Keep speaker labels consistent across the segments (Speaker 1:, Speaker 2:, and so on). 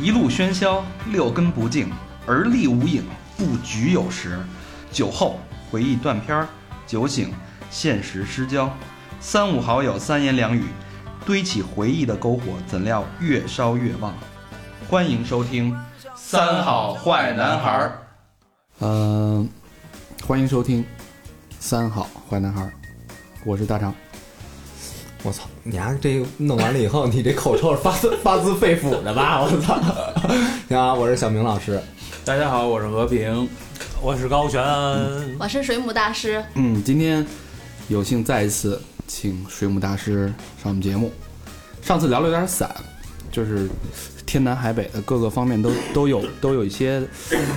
Speaker 1: 一路喧嚣，六根不净，而立无影，不局有时。酒后回忆断片儿，酒醒现实失焦。三五好友三言两语，堆起回忆的篝火，怎料越烧越旺。欢迎收听《三好坏男孩儿
Speaker 2: 呃，欢迎收听《三好坏男孩》，我是大长。
Speaker 3: 我操，你丫、这弄完了以后， 你这口臭是发自发自肺腑的吧？ 我操！你好，我是小明老师。
Speaker 4: 大家好，我是和平。
Speaker 5: 我是高璇，
Speaker 6: 我是水母大师，
Speaker 2: 嗯，今天有幸再一次请水母大师上我们节目。上次聊了有点散，就是天南海北的各个方面都都有都有一些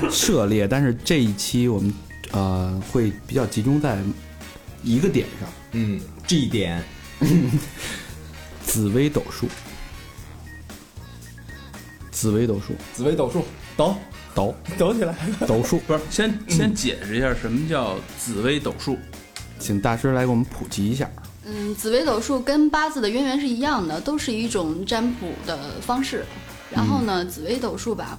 Speaker 2: 涉猎，但是这一期我们呃会比较集中在一个点上，
Speaker 3: 嗯，G 点
Speaker 2: 紫微斗数。紫微斗数，
Speaker 3: 紫微斗数，抖
Speaker 2: 斗
Speaker 3: 抖起来。
Speaker 2: 斗数，
Speaker 4: 不是，先先解释一下什么叫紫微斗数。
Speaker 2: 请大师来给我们普及一下。
Speaker 6: 嗯，紫微斗数跟八字的渊源是一样的，都是一种占卜的方式。然后呢，紫微斗数吧，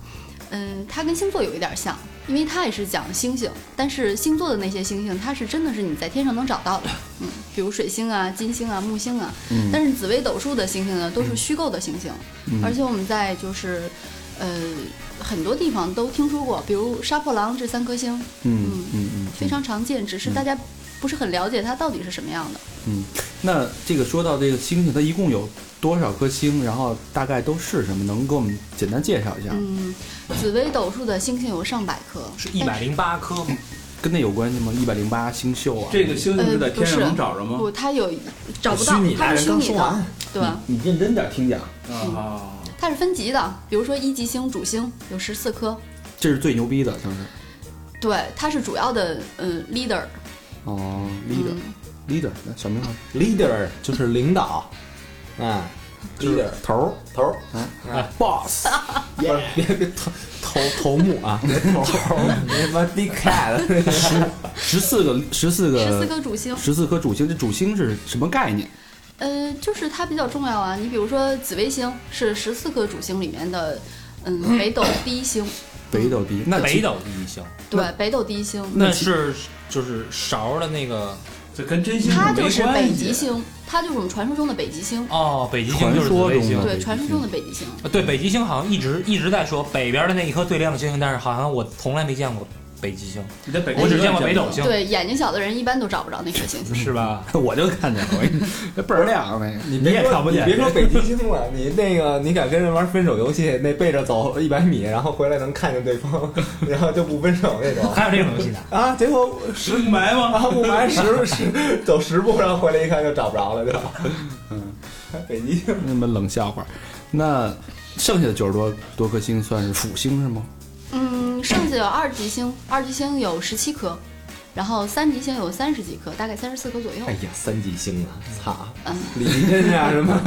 Speaker 6: 嗯，它跟星座有一点像，因为它也是讲星星，但是星座的那些星星，它是真的是你在天上能找到 的，嗯，比如水星啊、金星啊、木星啊。
Speaker 2: 嗯
Speaker 6: 但是紫微斗数的星星呢，都是虚构的星星，而且我们在就是，呃，很多地方都听说过，比如杀破狼这三颗星，
Speaker 2: 嗯嗯嗯，
Speaker 6: 非常常见，只是大家不是很了解它到底是什么样的。
Speaker 2: 嗯，那这个说到这个星星，它一共有多少颗星？然后大概都是什么？能给我们简单介绍一下？
Speaker 6: 嗯，紫微斗数的星星有上百颗，
Speaker 5: 是一百零八颗吗？
Speaker 2: 跟那有关系吗？一百零八星宿啊？
Speaker 4: 这个星星是在天上能找着
Speaker 6: 但是
Speaker 4: 吗？
Speaker 6: 不，它有找不
Speaker 3: 虚
Speaker 6: 到
Speaker 3: 拟，
Speaker 6: 它
Speaker 3: 大人
Speaker 6: 是虚
Speaker 3: 刚
Speaker 6: 拟
Speaker 3: 说完
Speaker 6: 的，，对，
Speaker 2: 你认真点听讲，
Speaker 4: 啊，
Speaker 6: 它是分级的。比如说一级星主星有十四颗，
Speaker 2: 这是最牛逼的，就是
Speaker 6: 对，它是主要的嗯 leader，
Speaker 2: 哦
Speaker 6: 嗯，
Speaker 2: ，leader，leader，那小明老师
Speaker 3: leader 就是领导，啊，leader
Speaker 2: 头儿
Speaker 3: 头儿啊，boss，不 是别别头头头目啊，别 头儿，别他妈 d cat，
Speaker 2: 十四个十四
Speaker 6: 十四
Speaker 2: 个
Speaker 6: 颗主星，
Speaker 2: 十四颗主星，这主星是什么概念？
Speaker 6: 呃，就是它比较重要啊。你比如说紫微星是十四颗主星里面的，嗯，北斗第一星，
Speaker 2: 北斗
Speaker 6: 嗯
Speaker 2: 第一，那
Speaker 5: 北斗第一星，
Speaker 6: 对，北斗第一星，
Speaker 2: 那
Speaker 5: 那
Speaker 2: 其
Speaker 5: 是就是勺的那个
Speaker 4: 这跟真星
Speaker 6: 它
Speaker 4: 没
Speaker 6: 就是
Speaker 4: 关
Speaker 6: 北
Speaker 4: 系
Speaker 6: 极星，它就是我们传说中的北极星，
Speaker 5: 哦，北极星
Speaker 2: 传
Speaker 5: 就是紫
Speaker 2: 说
Speaker 5: 微
Speaker 2: 中的
Speaker 5: 星。
Speaker 6: 对，传说中的北极星。
Speaker 5: 啊对，北极星好像一直一直在说北边的那一颗最亮的星星，但是好像我从来没见过北极星，
Speaker 4: 你在
Speaker 1: 哎
Speaker 4: 北
Speaker 5: 我只见过北斗星，
Speaker 6: 对，眼睛小的人一般都找不着那颗星星。
Speaker 5: 是吧？
Speaker 2: 我就看见了， 我倍儿亮啊那个，
Speaker 3: 你
Speaker 2: 你也
Speaker 3: 别说
Speaker 2: 看不见
Speaker 3: 你别说北极星 了，你那个你敢跟人玩分手游戏，那背着走一百米，然后回来能看见对方，然后就不分手那种。
Speaker 5: 还有这种游戏呢？
Speaker 3: 啊，结果十
Speaker 4: 雾霾吗？
Speaker 3: 啊，雾霾十十走十步，然后回来一看就找不着了，就。
Speaker 2: 嗯，
Speaker 3: 北极星
Speaker 2: 那么冷笑话。那剩下的九十多多颗星算是辅星是吗？
Speaker 6: 嗯，剩下有二级星，二级星有十七颗，然后三级星有三十几颗，大概三十四颗左右
Speaker 3: 哎。呀，三级星啊，操！
Speaker 6: 嗯，
Speaker 3: 李丽珍啊，什 么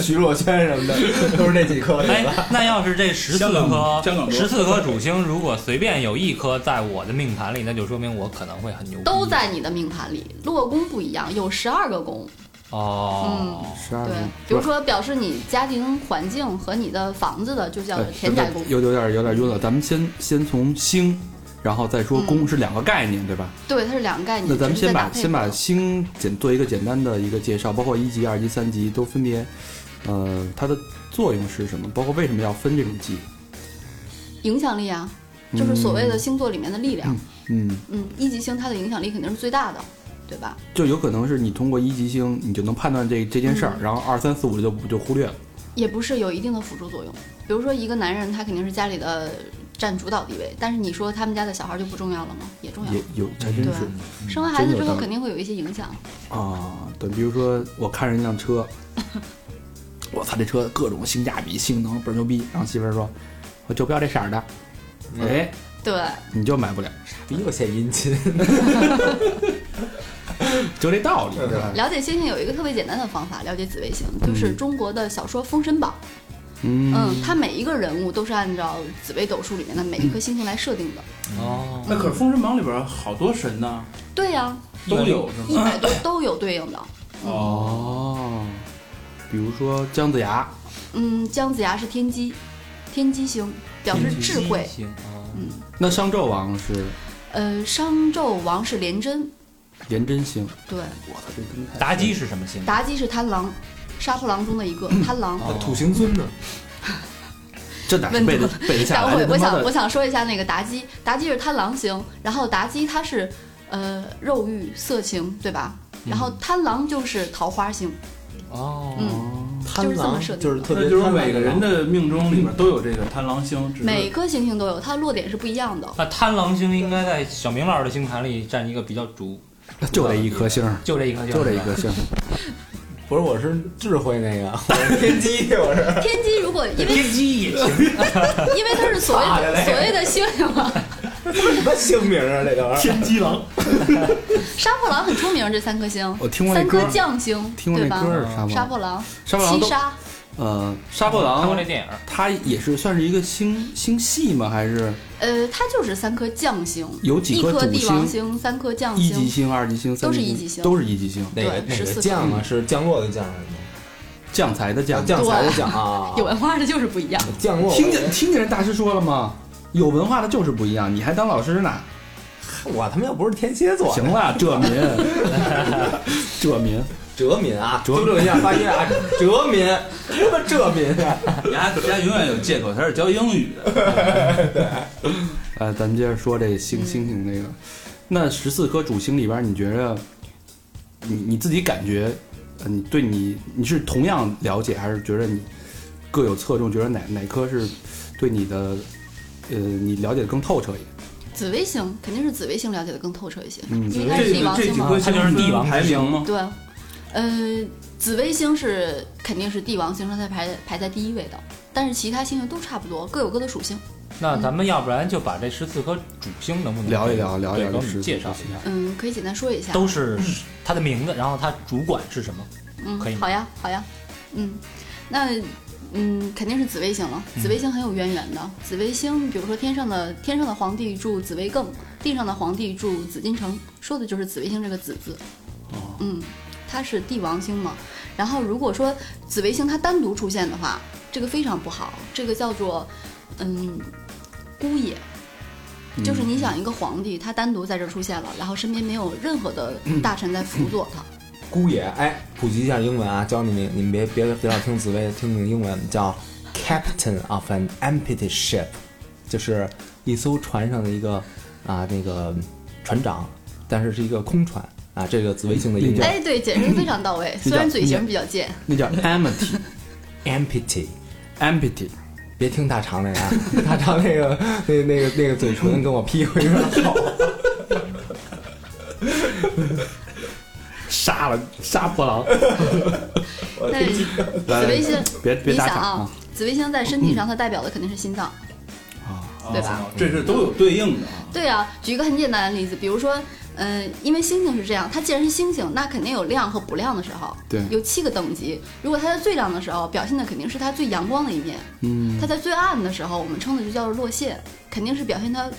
Speaker 3: 徐若瑄什么的，都是这几颗对
Speaker 5: 哎
Speaker 3: 吧？，
Speaker 5: 那要是这十四
Speaker 4: 香港
Speaker 5: 颗
Speaker 4: 香港多
Speaker 5: 十四颗主星，如果随便有一颗在我的命盘里，那就说明我可能会很牛逼。
Speaker 6: 都在你的命盘里，落宫不一样，有十二个宫。
Speaker 5: 哦，
Speaker 2: 十二
Speaker 6: 对
Speaker 2: 个，，
Speaker 6: 比如说表示你家庭环境和你的房子的，就叫
Speaker 2: 哎
Speaker 6: 做田宅宫。
Speaker 2: 有有点有点晕了。咱们先先从星，然后再说
Speaker 6: 嗯
Speaker 2: 宫是两个概念，对吧？
Speaker 6: 对，它是两个概念。
Speaker 2: 那咱们
Speaker 6: 只
Speaker 2: 先
Speaker 6: 是在
Speaker 2: 把
Speaker 6: 搭配
Speaker 2: 先把
Speaker 6: 合
Speaker 2: 星简做一个简单的一个介绍，包括一级、二级、三级都分别，呃，它的作用是什么？包括为什么要分这种级？
Speaker 6: 影响力啊，就是所谓的
Speaker 2: 嗯
Speaker 6: 星座里面的力量。
Speaker 2: 嗯，
Speaker 6: 嗯，一级星它的影响力肯定是最大的，对吧？
Speaker 2: 就有可能是你通过一级星，你就能判断这这件事儿，
Speaker 6: 嗯
Speaker 2: 然后二三四五就就忽略了。
Speaker 6: 也不是有一定的辅助作用。比如说，一个男人他肯定是家里的占主导地位，但是你说他们家的小孩就不重要了吗？也重要
Speaker 2: 也。有还真
Speaker 6: 嗯对啊
Speaker 2: 是
Speaker 6: 生完孩子之
Speaker 2: 真有道理
Speaker 6: 后肯定会有一些影响。
Speaker 2: 啊，对，比如说我看上一辆车，我操，这车各种性价比、性能倍儿牛逼，然后媳妇儿说，我就不要这色儿的，
Speaker 3: 嗯
Speaker 2: 哎，
Speaker 6: 对，
Speaker 2: 你就买不了，
Speaker 3: 比我献殷勤，
Speaker 2: 就这道理，对吧？
Speaker 6: 了解星星有一个特别简单的方法，了解紫微星，就是
Speaker 2: 嗯
Speaker 6: 中国的小说《封神榜》。嗯，它每一个人物都是按照紫微斗数里面的每一颗星星来设定的。
Speaker 5: 哦，
Speaker 4: 那可是《封神榜》里边好多神呢，
Speaker 6: 对呀、
Speaker 4: 都有是
Speaker 6: 一
Speaker 4: 吗？
Speaker 6: 百多都有对应的。嗯
Speaker 4: 哦，
Speaker 2: 哦，比如说姜子牙，
Speaker 6: 嗯，姜子牙是天机，天机星，表示智慧。
Speaker 5: 行啊，
Speaker 6: 嗯，
Speaker 2: 那商纣王是
Speaker 6: 呃，商纣王是廉贞，
Speaker 2: 颜真星，
Speaker 6: 对，
Speaker 5: 妲己是什么星？
Speaker 6: 妲己是贪狼，杀破狼中的一个
Speaker 2: 嗯
Speaker 6: 贪狼。
Speaker 5: 哦
Speaker 3: 哎土行孙呢？
Speaker 2: 这哪是背得背得下
Speaker 6: 但
Speaker 2: 来
Speaker 6: 我
Speaker 2: 的？他妈
Speaker 6: 我想我
Speaker 2: 的，
Speaker 6: 想说一下那个妲己，妲己是贪狼星，然后妲己她是呃肉欲色情，对吧？
Speaker 2: 嗯
Speaker 6: 然后贪狼就是桃花星，
Speaker 5: 哦
Speaker 6: 嗯，
Speaker 3: 贪
Speaker 6: 就是这
Speaker 3: 狼
Speaker 6: 么设定
Speaker 3: 就
Speaker 6: 的
Speaker 3: 是特
Speaker 4: 那
Speaker 3: 别
Speaker 4: 就是
Speaker 3: 贪婪
Speaker 4: 每个人
Speaker 3: 的
Speaker 4: 的命中里边都有这个贪狼星，只是
Speaker 6: 每颗行星都有，它的落点是不一 样的。
Speaker 5: 那贪狼星应该在小明老师的星盘里占一个比较足，
Speaker 2: 就这一颗星儿，
Speaker 5: 就这一颗，
Speaker 2: 就这一颗。星儿。
Speaker 3: 不是我是智慧那个，我是天机，我是
Speaker 6: 天机如果 因为
Speaker 5: 天机也行，
Speaker 6: 因为它是所谓
Speaker 3: 怕着嘞
Speaker 6: 的所谓的星星嘛，
Speaker 3: 什么姓名啊？这 玩意儿，
Speaker 4: 机狼，
Speaker 6: 杀破狼很出名，这三颗星，
Speaker 2: 我听过那
Speaker 6: 三
Speaker 2: 歌
Speaker 6: 颗
Speaker 2: 儿，
Speaker 6: 将星，
Speaker 2: 听过
Speaker 6: 对
Speaker 2: 那
Speaker 6: 吧
Speaker 2: 歌？儿，杀
Speaker 6: 杀
Speaker 2: 破
Speaker 6: 破狼，
Speaker 2: 杀破狼
Speaker 6: 七
Speaker 2: 都
Speaker 6: 杀，
Speaker 2: 呃，杀破
Speaker 5: 看过
Speaker 2: 狼
Speaker 5: 这，电影，
Speaker 2: 它也是算是一个星星系吗？还是
Speaker 6: 呃，它就是三颗将星，
Speaker 2: 有几
Speaker 6: 一
Speaker 2: 颗
Speaker 6: 颗
Speaker 2: 主
Speaker 6: 帝王
Speaker 2: 星？
Speaker 6: 星，三颗将
Speaker 2: 一级
Speaker 6: 星，
Speaker 2: 星、二级星、三
Speaker 6: 都是
Speaker 2: 级
Speaker 6: 一级星
Speaker 2: 都是一级星。
Speaker 3: 哪个哪
Speaker 6: 对14
Speaker 3: 个
Speaker 6: 颗
Speaker 3: 将啊？是降落的降还是什
Speaker 2: 将才的
Speaker 3: 么？
Speaker 2: 将，
Speaker 3: 降才的降 啊？
Speaker 6: 有文化的就是不一样。
Speaker 3: 降落，
Speaker 2: 听见听见人大师说了吗？有文化的就是不一样，你还当老师呢？
Speaker 3: 我他妈又不是天蝎座，
Speaker 2: 行了，这民，这民，
Speaker 3: 哲敏啊，
Speaker 2: 哲
Speaker 3: 纠正一下发音啊， 哲敏，什么哲敏啊？
Speaker 4: 牙牙永远有借口，他是教英语
Speaker 5: 啊
Speaker 4: 的。
Speaker 2: 呃，咱们接着说这
Speaker 6: 嗯
Speaker 2: 星星星那个，那十四颗主星里边，你觉着你你自己感觉，呃，你对你你是同样了解，还是觉得你各有侧重？觉得哪哪颗是对你的，呃，你了解的更透彻一点？
Speaker 6: 紫微星肯定是紫微星了解的更透彻一些，
Speaker 2: 嗯
Speaker 6: 因为它是
Speaker 4: 这
Speaker 6: 帝
Speaker 4: 个
Speaker 6: 王
Speaker 4: 这
Speaker 6: 星
Speaker 4: 几
Speaker 6: 嘛。
Speaker 4: 颗
Speaker 5: 它就是
Speaker 4: 星
Speaker 5: 帝王之
Speaker 4: 排名吗？
Speaker 6: 对，呃，紫微星是肯定是帝王星，它才排排在第一位的，但是其他星星都差不多，各有各的属性。
Speaker 5: 那咱们要不然就把这十四颗主星能不能
Speaker 2: 聊一聊聊一聊
Speaker 5: 对给我
Speaker 2: 这14
Speaker 5: 们介绍
Speaker 2: 颗
Speaker 5: 一下，
Speaker 6: 嗯，可以简单说一下。
Speaker 5: 都是它的名字，然后它主管是什么？
Speaker 6: 嗯
Speaker 5: 可以，吗
Speaker 6: 好呀，好呀，嗯，那嗯，肯定是紫微星了。紫
Speaker 5: 嗯
Speaker 6: 微星很有渊源的。紫微星，比如说天上的天上的皇帝住紫微更，地上的皇帝住紫禁城，说的就是紫微星这个紫字。
Speaker 4: 哦，
Speaker 6: 嗯，它是帝王星嘛。然后如果说紫微星它单独出现的话，这个非常不好，这个叫做嗯孤野。
Speaker 5: 嗯
Speaker 6: 就是你想一个皇帝，他单独在这儿出现了，然后身边没有任何的大臣在
Speaker 5: 嗯
Speaker 6: 辅佐他，
Speaker 3: 姑爷，哎，普及一下英文啊，教你们，你们别别别老听紫薇，听听英文，叫 Captain of an Empty Ship，就是一艘船上的一个啊那个船长，但是是一个空船啊，这个紫微星的英
Speaker 2: 理解
Speaker 3: 文
Speaker 6: 哎，对，解释得非常到位。
Speaker 2: 嗯
Speaker 6: 虽然嘴型比较贱，
Speaker 2: 那叫 amity
Speaker 3: Empty。
Speaker 2: amity，
Speaker 3: 别听大长那个啊， 大长那个那那个那个嘴唇跟我屁股有点好，
Speaker 2: 杀了杀破狼，
Speaker 6: 但是紫微星，
Speaker 2: 别别
Speaker 6: 你
Speaker 2: 打
Speaker 6: 想
Speaker 2: 岔
Speaker 6: 啊
Speaker 2: 啊，
Speaker 6: 紫微星在身体上，它代表的肯定是心脏。对吧
Speaker 4: 哦？这是都有对应的啊。
Speaker 6: 对啊，举一个很简单的例子，比如说，嗯，因为星星是这样，它既然是星星，那肯定有亮和不亮的时候。
Speaker 2: 对
Speaker 6: 有七个等级。如果它在最亮的时候，表现的肯定是它最阳光的一面；
Speaker 2: 嗯
Speaker 6: 它在最暗的时候，我们称的就叫做落陷，肯定是表现它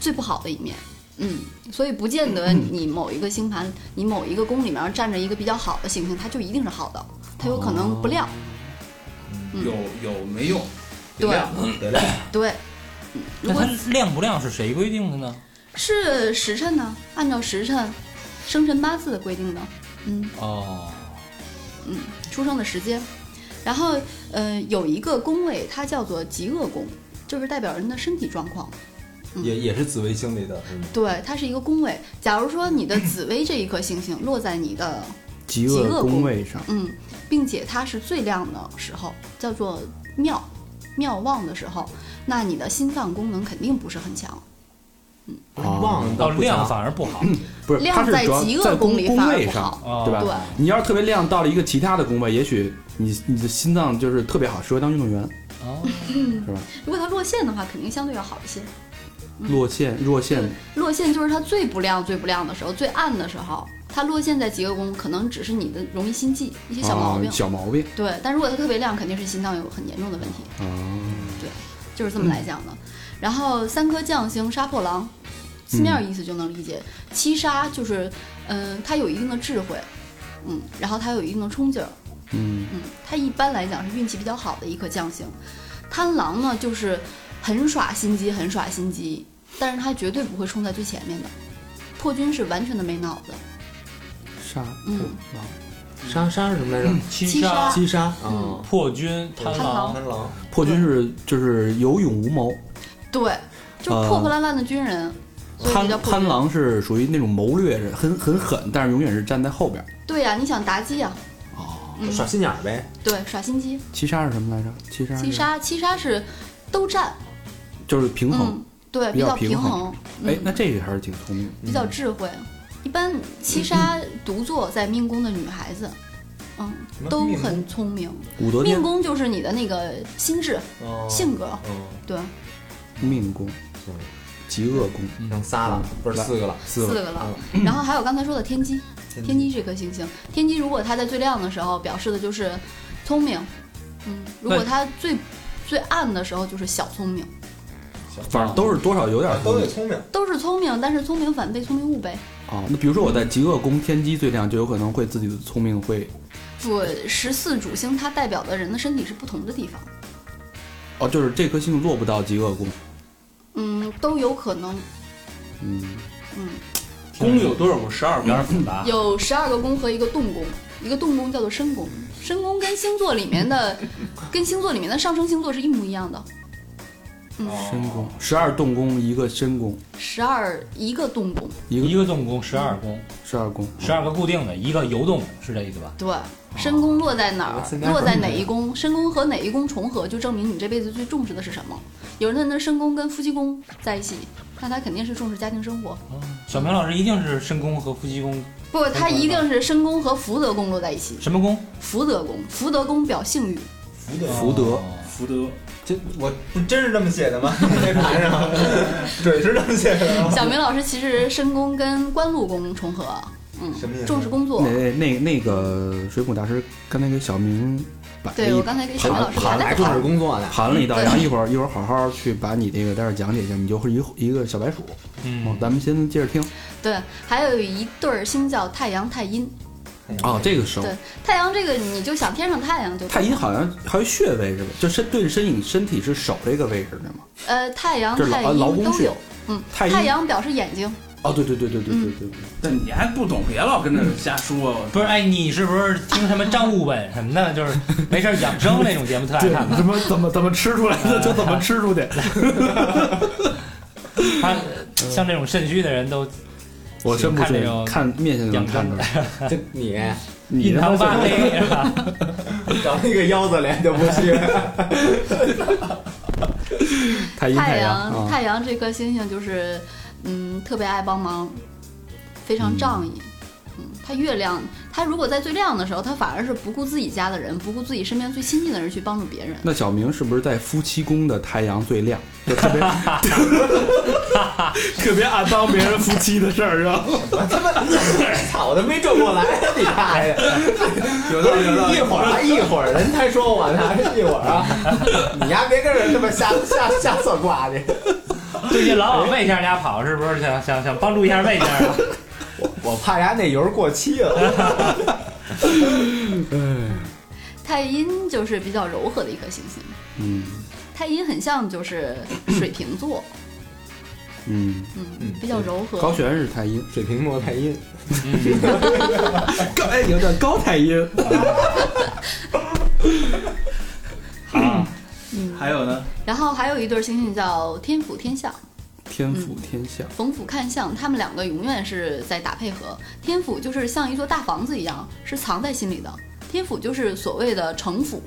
Speaker 6: 最不好的一面。嗯，所以不见得你某一个星盘，你某一个宫里面站着一个比较好的行星，它就一定是好的，它有可能不亮。
Speaker 2: 哦
Speaker 6: 嗯
Speaker 4: 有有没用？
Speaker 6: 对
Speaker 4: 量
Speaker 3: 得嘞
Speaker 6: 对，嗯如
Speaker 5: 那
Speaker 6: 果
Speaker 5: 它亮不亮是谁规定的呢？
Speaker 6: 是时辰呢，按照时辰、生辰八字的规定的，嗯，
Speaker 5: 哦，
Speaker 6: 出生的时间。然后，呃，有一个宫位，它叫做极恶宫，就是代表人的身体状况。
Speaker 3: 也也是紫微星里的， 嗯
Speaker 6: 对，它是一个宫位。假如说你的紫薇这一颗星星落在你的，
Speaker 2: 极
Speaker 6: 极
Speaker 2: 恶
Speaker 6: 恶
Speaker 2: 宫
Speaker 6: 宫
Speaker 2: 位上，
Speaker 6: 嗯，并且它是最亮的时候，叫做妙妙望的时候，那你的心脏功能肯定不是很强。
Speaker 3: 忘到
Speaker 5: 到亮反而不好。
Speaker 2: 不是，它
Speaker 6: 亮
Speaker 2: 是
Speaker 6: 在
Speaker 2: 主要
Speaker 6: 极
Speaker 2: 在
Speaker 6: 恶
Speaker 2: 宫
Speaker 6: 宫里
Speaker 2: 宫
Speaker 6: 反而
Speaker 2: 位
Speaker 6: 不
Speaker 2: 上
Speaker 6: 好。
Speaker 5: 哦
Speaker 2: 嗯对吧
Speaker 6: 对，
Speaker 2: 你要是特别亮，到了一个其他的宫位，也许你你的心脏就是特别好，适合当运动员。
Speaker 5: 哦，
Speaker 6: 如果它落线的话，肯定相对要好一些。嗯
Speaker 2: 落线，弱线
Speaker 6: 对，落线就是它最不亮、最不亮的时候，最暗的时候。它落线在极恶宫，可能只是你的容易心悸一些小毛病。哦
Speaker 2: 啊小毛病
Speaker 6: 对，但如果它特别亮，肯定是心脏有很严重的问题，
Speaker 2: 啊，
Speaker 6: 就是这么来讲的。然后三颗将星杀破狼，字面意思就能理解。七杀就是，嗯、它有一定的智慧，嗯，然后它有一定的冲劲儿，
Speaker 2: 嗯，
Speaker 6: 嗯，它一般来讲是运气比较好的一颗将星。贪狼呢就是很耍心机，很耍心机，但是他绝对不会冲在最前面的。破军是完全的没脑子，
Speaker 2: 杀
Speaker 6: 嗯
Speaker 2: 狼，
Speaker 3: 杀杀是什么来着？
Speaker 5: 七
Speaker 6: 七
Speaker 5: 杀
Speaker 6: 杀
Speaker 3: 击杀
Speaker 6: 嗯
Speaker 3: 啊，
Speaker 5: 破军贪
Speaker 6: 贪
Speaker 5: 狼
Speaker 6: 狼
Speaker 3: 贪狼
Speaker 2: 破军是就是有勇无谋，
Speaker 6: 对，就是破破烂烂的军人，所以
Speaker 2: 贪
Speaker 6: 就叫
Speaker 2: 呃
Speaker 6: 破
Speaker 2: 贪
Speaker 6: 军。
Speaker 2: 狼是属于那种谋略是很很狠，但是永远是站在后边。
Speaker 6: 对呀、你想妲己呀、
Speaker 2: 哦
Speaker 6: 嗯
Speaker 3: 耍心眼儿呗。
Speaker 6: 对，耍心机。
Speaker 2: 七杀是什么来着？七杀是
Speaker 6: 七杀，七杀是都占，
Speaker 2: 就是平衡。
Speaker 6: 嗯，对，
Speaker 2: 比
Speaker 6: 比
Speaker 2: 较
Speaker 6: 较平
Speaker 2: 平
Speaker 6: 衡，
Speaker 2: 哎、
Speaker 6: 嗯
Speaker 2: 那这个还是挺聪明的。
Speaker 6: 比较智慧。一般七杀独坐在命宫的女孩子，嗯，都很聪明。
Speaker 2: 武则天
Speaker 6: 命宫就是你的那个心智、
Speaker 3: 哦
Speaker 6: 性格，
Speaker 3: 嗯，
Speaker 6: 对，
Speaker 2: 命宫
Speaker 3: 嗯，
Speaker 2: 极恶宫，
Speaker 3: 剩嗯仨了，不是四个了，
Speaker 2: 四
Speaker 6: 四
Speaker 2: 个
Speaker 6: 个了。 然后还有刚才说的天机，天机这颗行星，天机如果它在最亮的时候表示的就是聪明，嗯，如果它最最暗的时候就是小聪明，
Speaker 2: 反正都是多少有点聪明。
Speaker 3: 聪明。
Speaker 6: 都是聪明，但是聪明反被聪明误呗。
Speaker 2: 哦，那比如说我在极恶宫天机最亮，就有可能会自己的聪明会
Speaker 6: 不，十四主星它代表的人的身体是不同的地方，
Speaker 2: 哦，就是这颗星落不到极恶宫。
Speaker 6: 嗯，都有可能，
Speaker 2: 嗯，
Speaker 6: 嗯，
Speaker 4: 宫有多少个？十二
Speaker 5: 有
Speaker 4: 宫。
Speaker 5: 点复
Speaker 3: 啊
Speaker 5: 杂。
Speaker 6: 有十二个宫和一个动宫，一个动宫叫做申宫，申宫跟星座里面的， 跟星座里面的上升星座是一模一样的，
Speaker 5: 哦
Speaker 2: 申宫十二动宫一个申宫
Speaker 6: 十二一个动宫，
Speaker 2: 一个
Speaker 5: 一个动宫十
Speaker 6: 嗯
Speaker 5: 二宫，
Speaker 2: 十二宫，
Speaker 5: 十二个固定的，一个游动是这意思吧？
Speaker 6: 对，申宫落在哪
Speaker 3: 哦我现
Speaker 6: 儿，
Speaker 3: 在很
Speaker 6: 落在哪一宫，申宫和哪一宫重合，就证明你这辈子最重视的是什么。有人的申宫跟夫妻宫在一起，那他肯定是重视家庭生活。
Speaker 5: 小明老师一定是申宫和夫妻宫，
Speaker 6: 不，他一定是申宫和福德宫落在一起。
Speaker 5: 什么宫？
Speaker 2: 哦
Speaker 6: 福德宫，福德宫表性 欲，
Speaker 3: 福
Speaker 6: 哦
Speaker 3: 德
Speaker 2: 福德
Speaker 4: 福德，
Speaker 3: 这我不 真是这么写的吗？ 这牌上，准是这么写的吗？
Speaker 6: 小明老师其实申宫跟官禄宫重合，嗯
Speaker 3: 什么意思，
Speaker 6: 重视工作
Speaker 2: 那。那那个水浒大师刚才给小明摆了
Speaker 6: 对我
Speaker 2: 一
Speaker 6: 刚才跟小明老师
Speaker 2: 哎盘
Speaker 6: 还
Speaker 3: 还
Speaker 6: 在
Speaker 3: 重
Speaker 6: 讨
Speaker 3: 视
Speaker 6: 论，
Speaker 3: 工作呢。
Speaker 2: 盘了一道，
Speaker 6: 对
Speaker 2: 然后一会儿一会儿好好去把你这个待会儿讲解一下，你就会一一个小白鼠。哦，
Speaker 5: 嗯，
Speaker 2: 咱们先接着听。
Speaker 6: 对，还有一对儿星叫太阳太阴，
Speaker 2: 哦，这个熟。
Speaker 6: 对太阳这个你就想天上太阳就可以
Speaker 2: 太阴好像还有穴位是吧？就身对着身影身体是手这个位置的嘛？
Speaker 6: 呃太阳
Speaker 2: 这是
Speaker 6: 太
Speaker 2: 劳劳
Speaker 6: 阴
Speaker 2: 宫
Speaker 6: 都
Speaker 2: 穴
Speaker 6: 有，。嗯，
Speaker 2: 太阴
Speaker 6: 太阳表示眼睛，
Speaker 2: 哦，对对对对对对对对。
Speaker 4: 但你还不懂，别老跟着瞎说。
Speaker 5: 不是，哎，你是不是听什么张悟本什么的， 就是没事儿养生那种节目特爱
Speaker 2: 对，
Speaker 5: 看的？
Speaker 2: 怎么怎么怎么吃出来 的就怎么吃出去。
Speaker 5: 他像这种肾虚的人都
Speaker 2: 我真不
Speaker 5: 看这
Speaker 2: 是
Speaker 5: 种
Speaker 2: 看面相就能看出来。
Speaker 3: 这 你
Speaker 2: 你
Speaker 5: 印
Speaker 2: 他
Speaker 5: 堂
Speaker 2: 妈
Speaker 5: 发
Speaker 2: 是
Speaker 5: 黑，是吧？
Speaker 3: 长那个腰子脸就不去。
Speaker 2: 太阴
Speaker 6: 太
Speaker 2: 阳
Speaker 6: 阳
Speaker 2: 啊，
Speaker 6: 太阳这颗星星就是，嗯，特别爱帮忙，非常仗义。嗯，他月亮，他如果在最亮的时候，他反而是不顾自己家的人，不顾自己身边最亲近的人去帮助别人。
Speaker 2: 那小明是不是在夫妻宫的太阳最亮，就特别 特别爱当别人夫妻的事儿，是吧？
Speaker 3: 他妈，操，我都没转过来，啊你大爷！
Speaker 2: 有道理，有道
Speaker 3: 一
Speaker 2: 理。
Speaker 3: 会儿啊，一会儿人才说我呢，一会儿啊，你丫别跟着他妈瞎瞎瞎算卦去。
Speaker 5: 最近老往魏家家跑，是不是想想想帮助一下魏家 啊？
Speaker 3: 我怕丫那油过期了。
Speaker 6: 太阴就是比较柔和的一颗行星，
Speaker 2: 嗯
Speaker 6: 太阴很像就是水瓶座，
Speaker 2: 嗯，
Speaker 6: 嗯
Speaker 3: 嗯，
Speaker 6: 比较柔
Speaker 2: 高
Speaker 6: 和。
Speaker 2: 璇是太阴，
Speaker 3: 水瓶座太阴，
Speaker 2: 高哎有点高太阴。
Speaker 6: 嗯
Speaker 4: 还有呢？
Speaker 6: 然后还有一对星星叫天府天相。
Speaker 2: 天府天相，
Speaker 6: 冯府看相，他们两个永远是在打配合。天府就是像一座大房子一样，是藏在心里的。天府就是所谓的城府，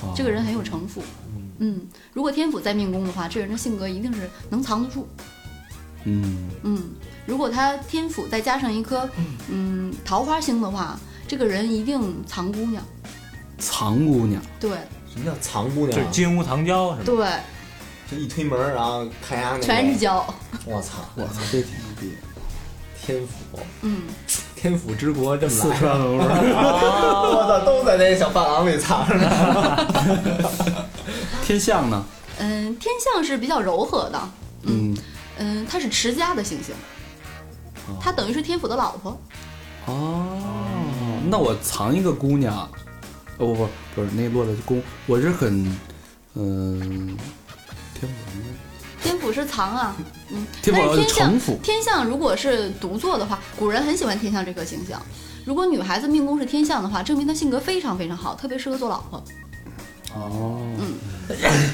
Speaker 2: 哦
Speaker 6: 这个人很有城府。嗯，如果天府在命宫的话，这人的性格一定是能藏得住。
Speaker 2: 嗯，
Speaker 6: 嗯，如果他天府再加上一颗嗯桃花星的话，这个人一定藏姑娘。
Speaker 2: 藏姑娘，
Speaker 6: 对
Speaker 3: 什么叫藏姑
Speaker 5: 就是
Speaker 3: 娘？啊
Speaker 5: 金屋藏娇是吧？
Speaker 6: 对，
Speaker 3: 就一推门，然后看丫那个
Speaker 6: 全是娇。
Speaker 3: 我操，
Speaker 2: 我操，这挺牛逼。
Speaker 3: 天府，
Speaker 6: 嗯，
Speaker 3: 天府之国这么来，
Speaker 2: 川文文，
Speaker 3: 我操，都在那小饭廊里藏着呢。
Speaker 2: 天相呢？
Speaker 6: 嗯，天象是比较柔和的。
Speaker 2: 嗯，
Speaker 6: 嗯，他是持家的星星，
Speaker 2: 哦
Speaker 6: 他等于是天府的老婆。
Speaker 2: 哦，那我藏一个姑娘，哦不不不是那落的宫，我是很，嗯、嗯、天府
Speaker 6: 天府是 藏啊，嗯，
Speaker 2: 天府
Speaker 6: 但是天象
Speaker 2: 城府
Speaker 6: 天象如果是独坐的话，古人很喜欢天象这颗星象。如果女孩子命宫是天象的话，证明她性格非常非常好，特别适合做老婆。
Speaker 2: 哦，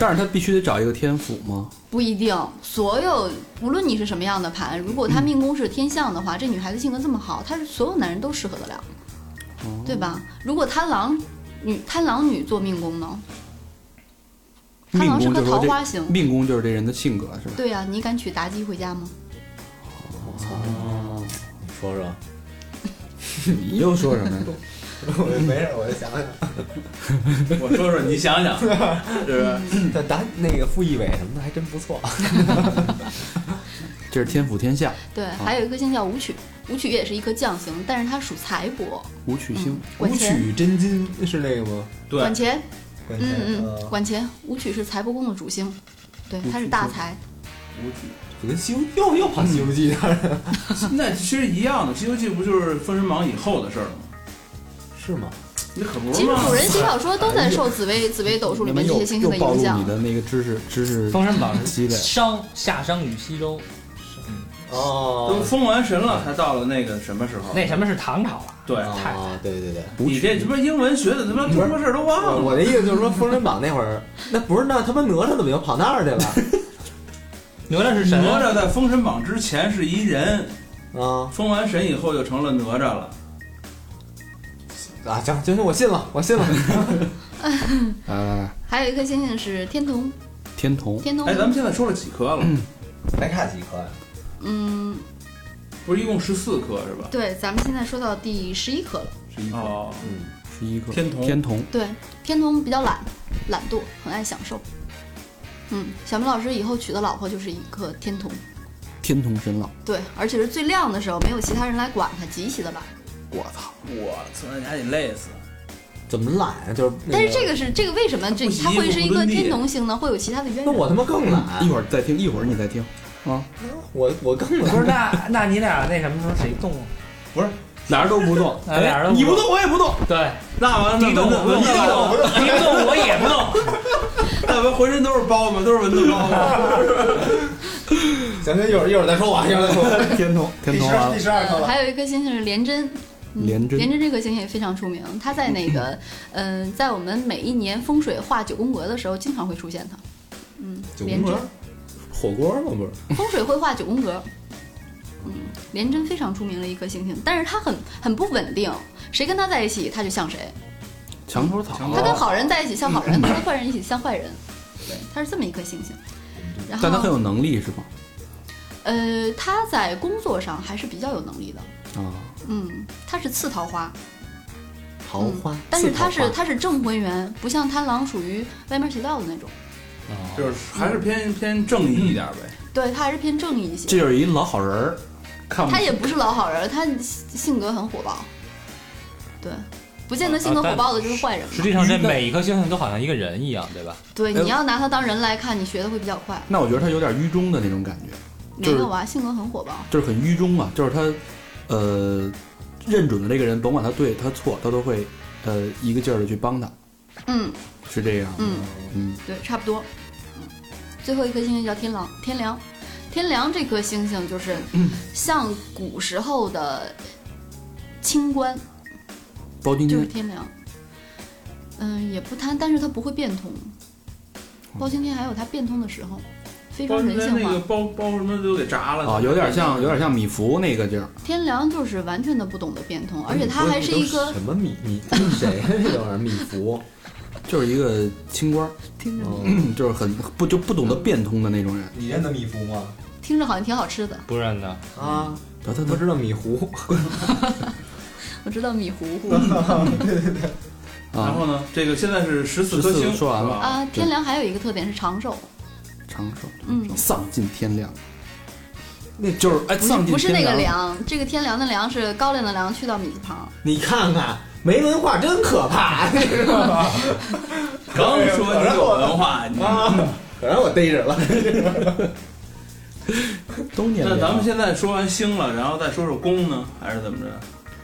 Speaker 2: 但是他必须得找一个天府吗？
Speaker 6: 不一定，所有无论你是什么样的盘，如果她命宫是天象的话，这女孩子性格这么好，她是所有男人都适合得了，
Speaker 2: 哦
Speaker 6: 对吧？如果贪狼女贪狼女做命宫呢？贪
Speaker 2: 命
Speaker 6: 狼是
Speaker 2: 宫
Speaker 6: 颗
Speaker 2: 就是说
Speaker 6: 桃
Speaker 2: 这
Speaker 6: 花星，
Speaker 2: 命宫就是这人的性格 是吧？
Speaker 6: 对呀、啊你敢娶妲己回家吗？
Speaker 3: 你说说，
Speaker 2: 你又说什么呀？
Speaker 3: 我没事，我就想想。
Speaker 4: 我说说，你想想，是吧？
Speaker 3: 但答那个傅艺伟什么的还真不错。
Speaker 2: 这是天府天下
Speaker 6: 对，还有一颗星叫武曲，武曲也是一颗将星，但是它属财帛，
Speaker 2: 武曲星
Speaker 6: 嗯，管钱，
Speaker 3: 真金是那个吗？
Speaker 4: 对
Speaker 6: 管钱，
Speaker 3: 关键
Speaker 6: 嗯嗯，
Speaker 3: 呃
Speaker 6: 管钱。武曲是财帛宫的主星，对，它是大财。
Speaker 3: 我跟西游又又跑《西游记》了，
Speaker 4: 那其实一样的，《西游记》不就是《封神榜》以后的事儿吗？
Speaker 3: 是吗？
Speaker 4: 那可不
Speaker 6: 其
Speaker 4: 是
Speaker 6: 实
Speaker 4: 吗
Speaker 6: 古？人写小说都在受紫微 紫微斗数里面这些星星的
Speaker 2: 又暴
Speaker 6: 影
Speaker 2: 露
Speaker 6: 响
Speaker 2: 哎你。的那个知识知识
Speaker 5: 封神榜
Speaker 2: 积累。
Speaker 5: 商夏商与西周，
Speaker 4: 嗯都
Speaker 3: 哦，
Speaker 4: 封完神了，才到了那个什么时候？
Speaker 5: 那什么是唐朝啊？
Speaker 4: 对，
Speaker 5: 太
Speaker 3: 哦，对对对。
Speaker 4: 你这他妈英文学的他妈中国事儿都
Speaker 3: 我
Speaker 4: 忘了。
Speaker 3: 我的意思就是说，《封神榜》那会儿，那不是那他妈哪吒怎么又跑那儿去
Speaker 5: 哪吒是神，啊
Speaker 4: 哪吒在《封神榜》之前是一人，
Speaker 3: 了？
Speaker 4: 封完神以后就成了哪吒了。
Speaker 3: 啊啊，行行行，我信了，我 信了。
Speaker 2: 来来来，
Speaker 6: 还有一颗星星是天同，
Speaker 2: 哎天童
Speaker 6: 天同
Speaker 4: 哎，，咱们现在说了几颗了？
Speaker 3: 还差几颗呀？
Speaker 6: 嗯，
Speaker 4: 不是一共十四颗是吧？
Speaker 6: 对，咱们现在说到第十一颗了。
Speaker 3: 是一颗。
Speaker 4: 哦，
Speaker 3: 嗯，
Speaker 2: 十一个
Speaker 4: 天童
Speaker 2: 天童
Speaker 6: 对，天同比较懒，懒惰，很爱享受。嗯，小明老师以后娶的老婆就是一颗天同。
Speaker 2: 天童神老，
Speaker 6: 对，而且是最亮的时候，没有其他人来管它，极其的懒。
Speaker 2: 我操！
Speaker 4: 我操，那你还得累死。
Speaker 3: 怎么懒呀？就是那个。
Speaker 6: 但是这个是这个为什么这
Speaker 4: 不习
Speaker 6: 它会是一个
Speaker 4: 不伦理
Speaker 6: 天同星呢？会有其他的渊
Speaker 3: 那
Speaker 6: 源。
Speaker 3: 我他妈更
Speaker 2: 一
Speaker 4: 嗯
Speaker 3: 懒，啊
Speaker 2: 会儿再听，一会儿你再听啊，
Speaker 3: 我我更
Speaker 5: 不
Speaker 3: 懒。
Speaker 5: 是那那你俩那什么时候谁动啊？
Speaker 2: 俩人都不动，
Speaker 5: 哎俩人都不动
Speaker 2: 你不动我也不动，
Speaker 5: 对，
Speaker 4: 那完了，那
Speaker 5: 你动我不动，
Speaker 4: 蚊子蚊子
Speaker 5: 你动我也不 动。
Speaker 4: 那不浑身都是包吗？都是蚊子包
Speaker 3: 行
Speaker 4: 吗？
Speaker 3: 行，一会儿一会儿再说吧，一会儿再说。
Speaker 2: 天童天童啊完了，
Speaker 3: 十
Speaker 6: 呃。还有一颗星星是廉贞。嗯
Speaker 2: 廉贞
Speaker 6: 廉贞这颗星星也非常出名，它在 那个，嗯、在我们每一年风水画九宫格的时候，经常会出现它。嗯，
Speaker 3: 九
Speaker 6: 廉
Speaker 3: 宫
Speaker 6: 贞
Speaker 3: 格，火锅吗？不是？
Speaker 6: 风水会画九宫格。嗯，廉贞非常出名的一颗星星，但是它很很不稳定，谁跟它在一起，它就像谁。
Speaker 2: 墙头草，啊
Speaker 4: 墙头
Speaker 6: 他跟好人在一起像 好人，他跟坏人一起像坏人。对，他是这么一颗星星。然
Speaker 2: 但他很
Speaker 6: 后，
Speaker 2: 有能力是吧？
Speaker 6: 呃，他在工作上还是比较有能力的。
Speaker 2: 啊，
Speaker 6: 嗯，他是次桃花，
Speaker 3: 桃花
Speaker 6: 嗯，但是他
Speaker 3: 他
Speaker 6: 是他是正婚缘，不像贪狼属于歪门邪道的那种。
Speaker 4: 就是还是偏偏正义一点呗。
Speaker 6: 对他还是偏正义一些。
Speaker 2: 这就是一老好人儿，看不
Speaker 6: 他也不是老好人，他性格很火爆。对，不见得性格火爆的就是坏
Speaker 2: 啊
Speaker 6: 人
Speaker 5: 实
Speaker 6: 嘛。
Speaker 5: 际上这每一颗星星都好像一个人一样，对吧？
Speaker 6: 对，
Speaker 2: 哎
Speaker 6: 你要拿他当人来看，你学的会比较快。
Speaker 2: 那我觉得他有点愚忠的那种感觉，
Speaker 6: 没
Speaker 2: 就是
Speaker 6: 有啊，性格很火爆。
Speaker 2: 就是很愚忠嘛，就是他，呃，认准了这个人，甭管他对他错，他都会呃一个劲儿的去帮他，
Speaker 6: 嗯
Speaker 2: 是这样。
Speaker 6: 嗯。
Speaker 2: 嗯，
Speaker 6: 对，差不多。嗯，最后一颗星星叫天狼，天梁，天梁这颗星星就是像古时候的清官，
Speaker 2: 包青
Speaker 6: 就是
Speaker 2: 天
Speaker 6: 天梁。嗯，也不贪，但是它不会变通。包青天还有它变通的时候，非
Speaker 4: 包
Speaker 6: 常
Speaker 4: 什
Speaker 6: 人
Speaker 4: 么
Speaker 6: 性
Speaker 4: 那个
Speaker 6: 化。
Speaker 4: 包包什么都给炸了
Speaker 2: 啊，有点像有点像米芾那个劲儿，
Speaker 6: 天梁就是完全的不懂得变通，而且它
Speaker 3: 不
Speaker 6: 还是一
Speaker 3: 都
Speaker 6: 个
Speaker 3: 什么米米谁啊呀？这玩意儿米芾，
Speaker 2: 就是一个清官儿，
Speaker 6: 听着
Speaker 2: 嗯就是很不就不懂得变通的那种人。
Speaker 3: 你认得米芾吗？
Speaker 6: 听着好像挺好吃的。
Speaker 5: 不认得，
Speaker 3: 啊，
Speaker 2: 得得
Speaker 3: 不
Speaker 2: 得，
Speaker 3: 知道米糊，
Speaker 6: 我知道米糊糊
Speaker 4: 然
Speaker 2: 啊，
Speaker 4: 后呢，这个现在是十四
Speaker 2: 14
Speaker 4: 颗星，
Speaker 2: 说完了
Speaker 4: 是吧，
Speaker 6: 啊，天梁还有一个特点是长寿，
Speaker 2: 长寿，
Speaker 6: 嗯
Speaker 2: 丧尽天良，那就是哎，
Speaker 6: 不是
Speaker 2: 丧尽
Speaker 6: 不是
Speaker 2: 天
Speaker 6: 那个
Speaker 2: 良，
Speaker 6: 梁，这个天梁的梁是高粱的粱，去掉米字旁。
Speaker 3: 你看看没文化真可怕，你知 道吗？
Speaker 4: 刚说你有文化，你
Speaker 3: 啊，可让我逮着了。
Speaker 2: 都年
Speaker 4: 那
Speaker 2: 良。
Speaker 4: 咱们现在说完星了，然后再说说宫呢，还是怎么着？